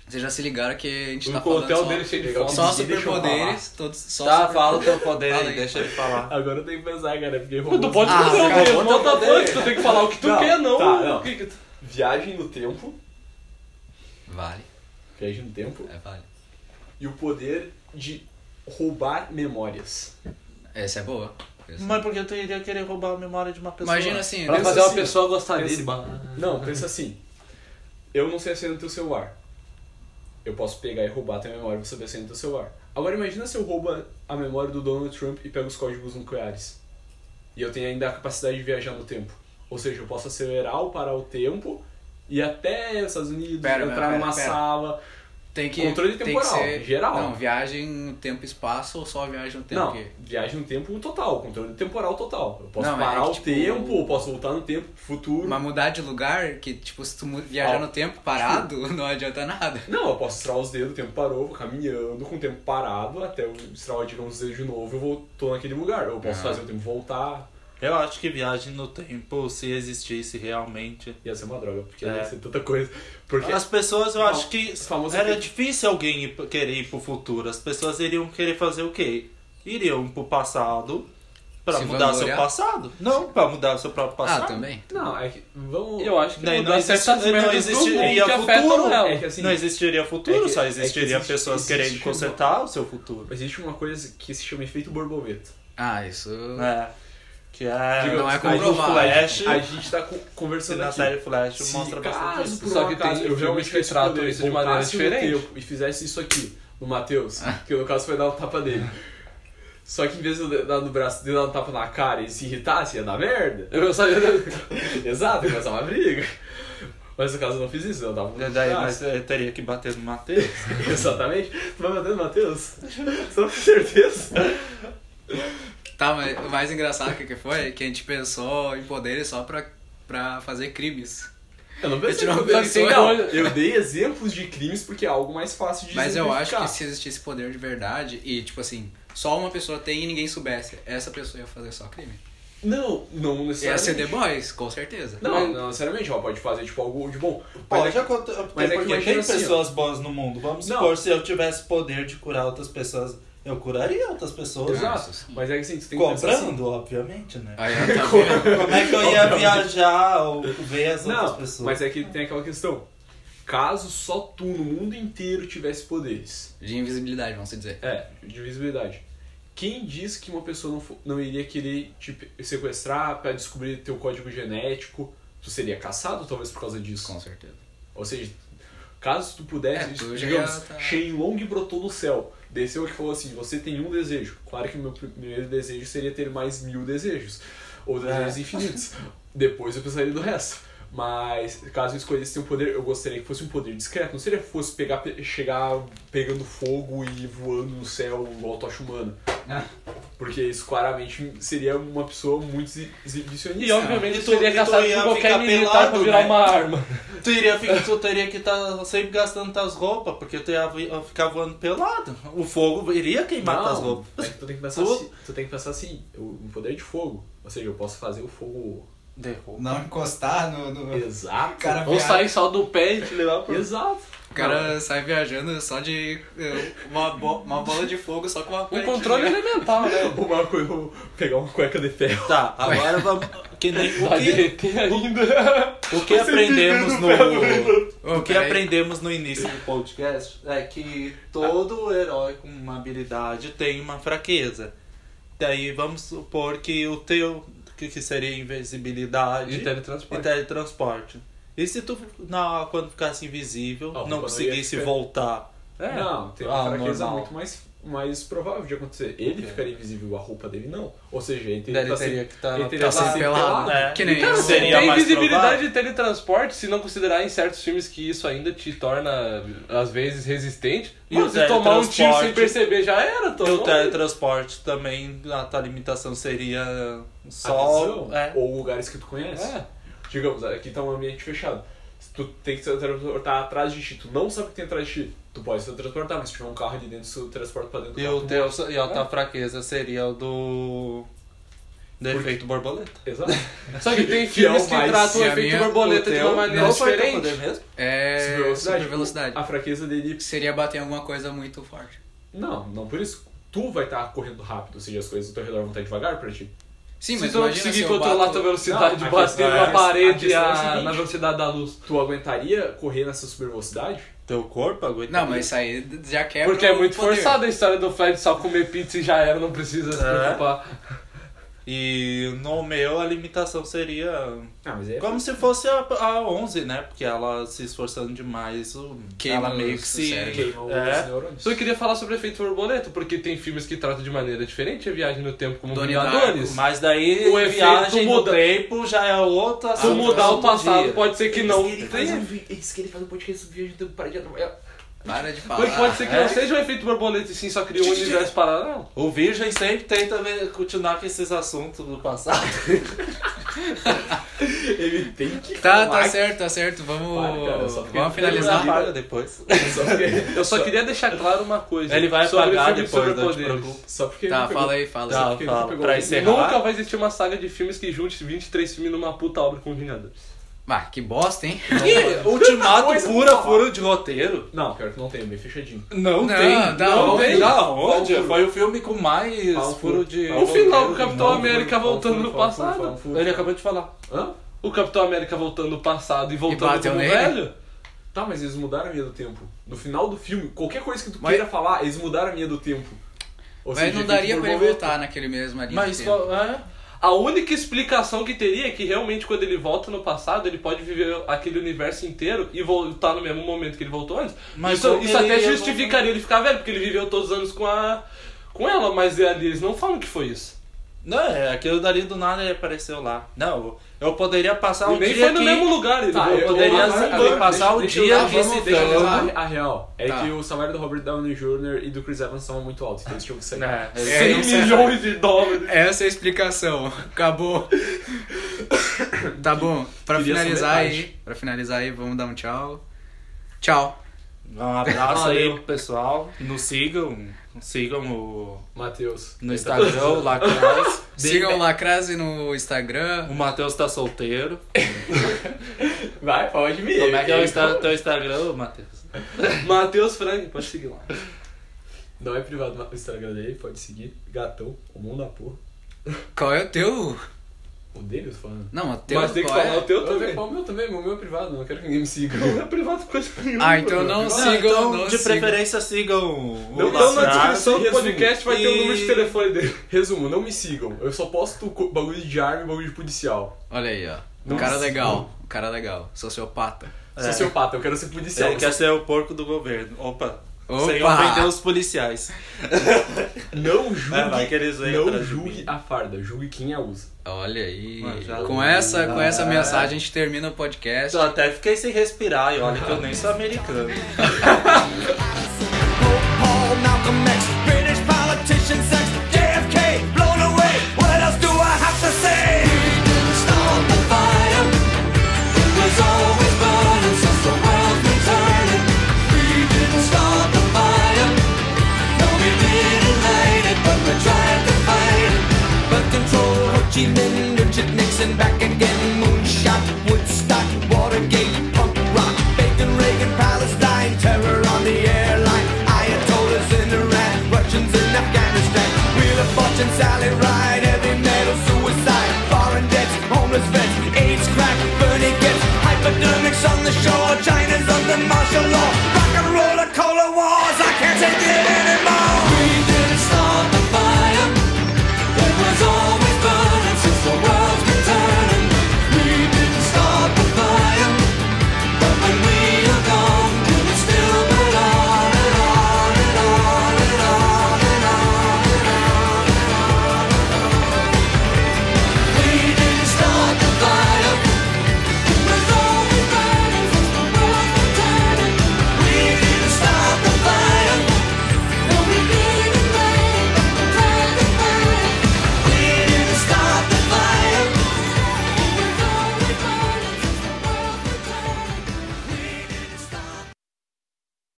Vocês já se ligaram que a gente tá O falando. hotel Só, dele cheio de Legal. foto. só Deixa eu superpoderes. Todos, só Tá, superpoderes. fala o teu poder Fala aí, aí. deixa ele falar. Agora eu tenho que pensar, cara, porque Mas robô- tá. tu pode Ah, fazer cara, o mesmo, bota não tá poder. doido, tu tem que falar o que tu Não, quer, não. tá, não. o que que tu- Viagem no tempo. Vale, Viagem no tempo. é vale. E o poder de roubar memórias. Essa é boa. Essa- Mas por que tu iria querer roubar a memória de uma pessoa? Imagina assim, Pra Deus- fazer assim, uma pessoa gostar pensa- dele. bah. Não, pensa assim. Eu não sei a senha do teu celular. Eu posso pegar e roubar a tua memória pra saber a senha do teu celular. Agora imagina se eu roubo a- a memória do Donald Trump e pego os códigos nucleares. E eu tenho ainda a capacidade de viajar no tempo. Ou seja, eu posso acelerar ou parar o tempo e até os Estados Unidos, Pera, entrar pera, numa pera. sala. tem que. controle tem temporal, que ser, geral. Não, viagem no tempo e espaço ou só viagem no tempo? não, Que- viagem no tempo total, controle temporal total. Eu posso Não, mas é parar que, o tipo, tempo, eu posso voltar no tempo, pro futuro. Mas mudar de lugar, que tipo, se tu mu- viajar Ó. no tempo parado, não adianta nada. Não, eu posso estralar os dedos, o tempo parou, vou caminhando com o tempo parado, até eu estralar digamos, os dedos de novo, eu vou, tô naquele lugar. Eu posso Ah. fazer o tempo voltar. Eu acho que viagem no tempo, se existisse realmente. Ia ser uma droga, porque É. ia ser tanta coisa. Porque. As pessoas, eu Não, acho que o famoso era efeito- difícil alguém ir, querer ir pro futuro. As pessoas iriam querer fazer o quê? Iriam pro passado pra Se mudar seu vangloriar? passado. Não, pra mudar seu próprio passado. Ah, também? Não, é que. Vamos. Eu acho que Daí não, mudar existe- certas não merdas do existiria mundo que futuro. afetam ela. É que assim. não existiria futuro, é que- só é que existiria existe- pessoas existe querendo uma- consertar o seu futuro. é- Existe uma coisa que se chama efeito borboleta. Ah, isso. É. Que é. Digo, não é a do comprovado. Flash, A gente tá co- se conversando na aqui. série Flash Se mostra bastante caso isso. por Só um que acaso tem eu realmente filmes que tratam poder, isso de maneira voltasse no diferente. tempo E fizesse isso aqui no Matheus, que no caso foi dar um tapa nele. Só que em vez de eu dar no braço dele, dar um tapa na cara e se irritasse, ia dar merda. Eu né? sabia. Exato, ia começar uma briga. Mas no caso eu não fiz isso, eu dava um Daí, mas braço. eu teria que bater no Matheus. Exatamente. Tu vai bater no Matheus? Só com certeza. Tá, mas o mais engraçado que que foi é que a gente pensou em poderes só pra, pra fazer crimes. Eu não pensei pensei Eu um não nisso. pensei, não. não. Eu dei exemplos de crimes porque é algo mais fácil de Mas eu acho que exemplificar. se existisse poder de verdade e, tipo assim, só uma pessoa tem e ninguém soubesse, essa pessoa ia fazer só crime. Não, não Ia ser necessariamente. The Boys, com certeza. Não, não necessariamente, ela pode fazer tipo algo de bom. Mas é Pode que- acontecer. mas é que Porque imagina tem assim, ó. pessoas boas no mundo. Vamos Não. supor, se eu tivesse poder de curar outras pessoas, eu curaria outras pessoas. Exato. Mas é que assim, tu tem que pensar Cobrando, assim. obviamente, né? Aí ela tá vendo. Como é que eu ia viajar ou ver as outras Não, pessoas? mas é que tem aquela questão. Caso só tu no mundo inteiro tivesse poderes. De invisibilidade, vamos dizer. É, de visibilidade. Quem diz que uma pessoa não, fo- não iria querer te pe- sequestrar pra descobrir teu código genético? Tu seria caçado talvez por causa disso. Com certeza. Ou seja, caso tu pudesse, É, tu já digamos, tá- Shenlong brotou do céu. Desceu aqui e falou assim, você tem um desejo. Claro que meu primeiro desejo seria ter mais mil desejos. Ou É. desejos infinitos. Depois eu pensaria do resto. Mas caso eu escolhesse ter um poder, eu gostaria que fosse um poder discreto. Não seria que fosse pegar, É. pe- chegar pegando fogo e voando no céu igual a tocha humana. Porque isso claramente seria uma pessoa muito exi- exibicionista. E obviamente E tu- seria e tu caçado ia por qualquer ficar militar Então, pelado, pra virar né? uma arma. Tu, iria ficar, tu teria que estar sempre gastando tuas roupas, porque tu ia vi- ia ficar voando pelado. O fogo iria queimar tuas Não, roupas. é que tu tem que pensar Tu- assim, tu tem que pensar assim, o o poder de fogo, ou seja, eu posso fazer o fogo Não encostar no. Ah. no... exato. Cara, Ou viado. sair só do pé e tipo, te levar pro... Exato. O cara sai viajando só de eh, uma, bo- uma bola de fogo só com uma Um correntinha. controle elemental, né? Uma coisa, eu vou pegar uma cueca de ferro. Tá, agora vamos. Que nem o Vai que, derreter ainda. o que aprendemos no. Ô, O que É. peraí. aprendemos no início do podcast é que todo Ah. herói com uma habilidade tem uma fraqueza. Daí vamos supor que o teu. que, que seria invisibilidade E e teletransporte. teletransporte. E se tu, na, quando ficasse invisível, Ah, não não conseguisse ia ficar. voltar? É. Não, tem uma Ah, fraqueza normal. muito mais, mais provável de acontecer. Ele ficaria invisível, a roupa dele não. Ou seja, ele teria Daí que ele teria estar sempre- que tá estar ele teria que estar Ah, pelado. né? Que nem Então, eu. seria tem mais visibilidade provável. de teletransporte, se não considerar em certos filmes que isso ainda te torna, às vezes, resistente. E Mano, o se tomar um tiro sem teletransporte- perceber, já era, tô E o bom. teletransporte também, a tua limitação seria a só. visão, É. Ou lugares que tu conhece. É. Digamos, aqui tá um ambiente fechado. Se tu tem que se transportar atrás de ti, tu não sabe o que tem atrás de ti, tu pode se transportar, mas se tiver um carro ali dentro, tu transporta pra dentro do E, carro. o teu, e a É. tua fraqueza seria o do. do efeito borboleta. Exato. Só que tem Que filmes é o que mais- tratam o se a efeito minha- borboleta O de teu- uma maneira qual foi o teu poder diferente. mesmo? É. Supervelocidade, Super velocidade. tipo, A fraqueza dele. tipo, Seria bater em alguma coisa muito forte. Não, não por isso. Tu vai estar correndo rápido, ou seja, as coisas ao teu redor vão estar devagar pra ti. Sim, Se mas tu não imagina se conseguir eu controlar a bato- tua velocidade, Não, a bater questão é- na a parede questão é a- a seguinte. na velocidade da luz. Tu aguentaria correr nessa super velocidade? Teu corpo aguenta. Não, mas isso aí já quebra Porque é o muito poder. forçada a história do Fred só comer pizza e já era, não precisa se É. preocupar. E no meu a limitação seria. Ah, mas é. Como se fosse a, a 11, né? Porque ela se esforçando demais, o- Queima ela meio os- que o se. cérebro. Queima os É. neurônios. Só eu queria falar sobre o efeito borboleta, porque tem filmes que tratam de maneira diferente a viagem no tempo, como Donnie Vingadores. Mas daí O o efeito viagem no muda. tempo já é outra. Se eu mudar o outro passado, um dia. pode ser que não tenha. Eles querem fazer um podcast sobre viagem do tempo para de atrapalhar. Para de falar. Mas pode ser que não seja um efeito borboleta e sim só cria um universo paralelo. O Virgem sempre tenta ver- continuar com esses assuntos do passado. Ele tem que Tá, falar tá certo, tá certo. Vamos, Para, cara, só fica- vamos finalizar. Ele um apaga um depois. que- Só porque, Eu só queria deixar claro uma coisa. Ele vai sobre apagar filmes depois, Tipo, não te superpoderes. preocupa. só porque Tá, ele pegou- fala aí, fala Tá, aí. porque ele fala, pegou pra o- encerrar. Nunca vai existir uma saga de filmes que junte 23 filmes numa puta obra com Vingadores. Bah, que bosta, hein? Ih, ultimato um pura furo de roteiro. Não, pior que não tem, bem fechadinho. Não, Não, tem. da onde? Da onde? Qual furo? Foi o filme com mais furo Qual furo? Tá de. Qual O final do roteiro. Capitão não, América fala, voltando fala, no fala, fala, fala, passado. fala. Ele acabou de falar. Hã? O Capitão América voltando no passado e voltando bateu como nele? velho. Tá, mas eles mudaram a linha do tempo. No final do filme, qualquer coisa que tu Mas- queira falar, eles mudaram a linha do tempo. Ou Mas não efeito daria pra ele borboleta. voltar naquele mesmo ali. Mas inteiro. qual. É? A única explicação que teria é que realmente quando ele volta no passado, ele pode viver aquele universo inteiro e voltar no mesmo momento que ele voltou antes. Mas isso como isso até ele é ia justificaria ele ficar velho, porque ele viveu todos os anos com a com ela, mas é ali eles não falam que foi isso. Não, é aquilo dali do nada ele apareceu lá. Não, eu poderia passar E um nem dia foi no aqui. mesmo lugar, ele Tá, voltou. eu poderia agora- assim, agora, passar deixa- o deixa eu- dia tá, vamos- deixa eu visitando. falar. A, a real é Tá. que o salário do Robert Downey Jr. e do Chris Evans são muito altos, então eles tinham que sair. É, É, 100 não sei. milhões de dólares. Essa é a explicação. Acabou. tá bom. Pra Queria finalizar saber aí, para finalizar aí, vamos dar um tchau. Tchau. Um abraço aí Valeu. pro pessoal. Nos sigam. Sigam o, Matheus. no Instagram, o Lacraz. Sigam o Lacrase no Instagram. O Matheus tá solteiro. Vai, fala de mim. Como é que é o insta teu Instagram, ô, Matheus? Matheus Frank, pode seguir lá. Não é privado mas o Instagram dele, pode seguir. Gatão, o mundo da porra. Qual é o teu? O dele, eu tô falando. Não, o teu mas tem um que qual é? falar o teu Eu também. também. O meu também, o meu é privado, não quero que ninguém me siga. É privado coisa nenhuma. Ah, então não sigam, então, não de sigam. preferência, sigam o Não, Então na Lacraz. descrição do resumo. podcast vai ter um o número de E- telefone dele. Resumo, não me sigam. Eu só posto co- bagulho de arma e bagulho de policial. Olha aí, ó. Um cara legal. Um cara legal. Sociopata. Sou seu pata, É. eu quero ser policial. Ele quer ser o porco do governo. Opa. Opa! Sem ofender os policiais. Não julgue, É, vai que eles vêm não atrás de julgue a farda, julgue quem é a usa. Olha aí. Mano, já- Com essa, com essa Ah. mensagem a gente termina o podcast. Eu até fiquei sem respirar e olha que eu nem sou americano.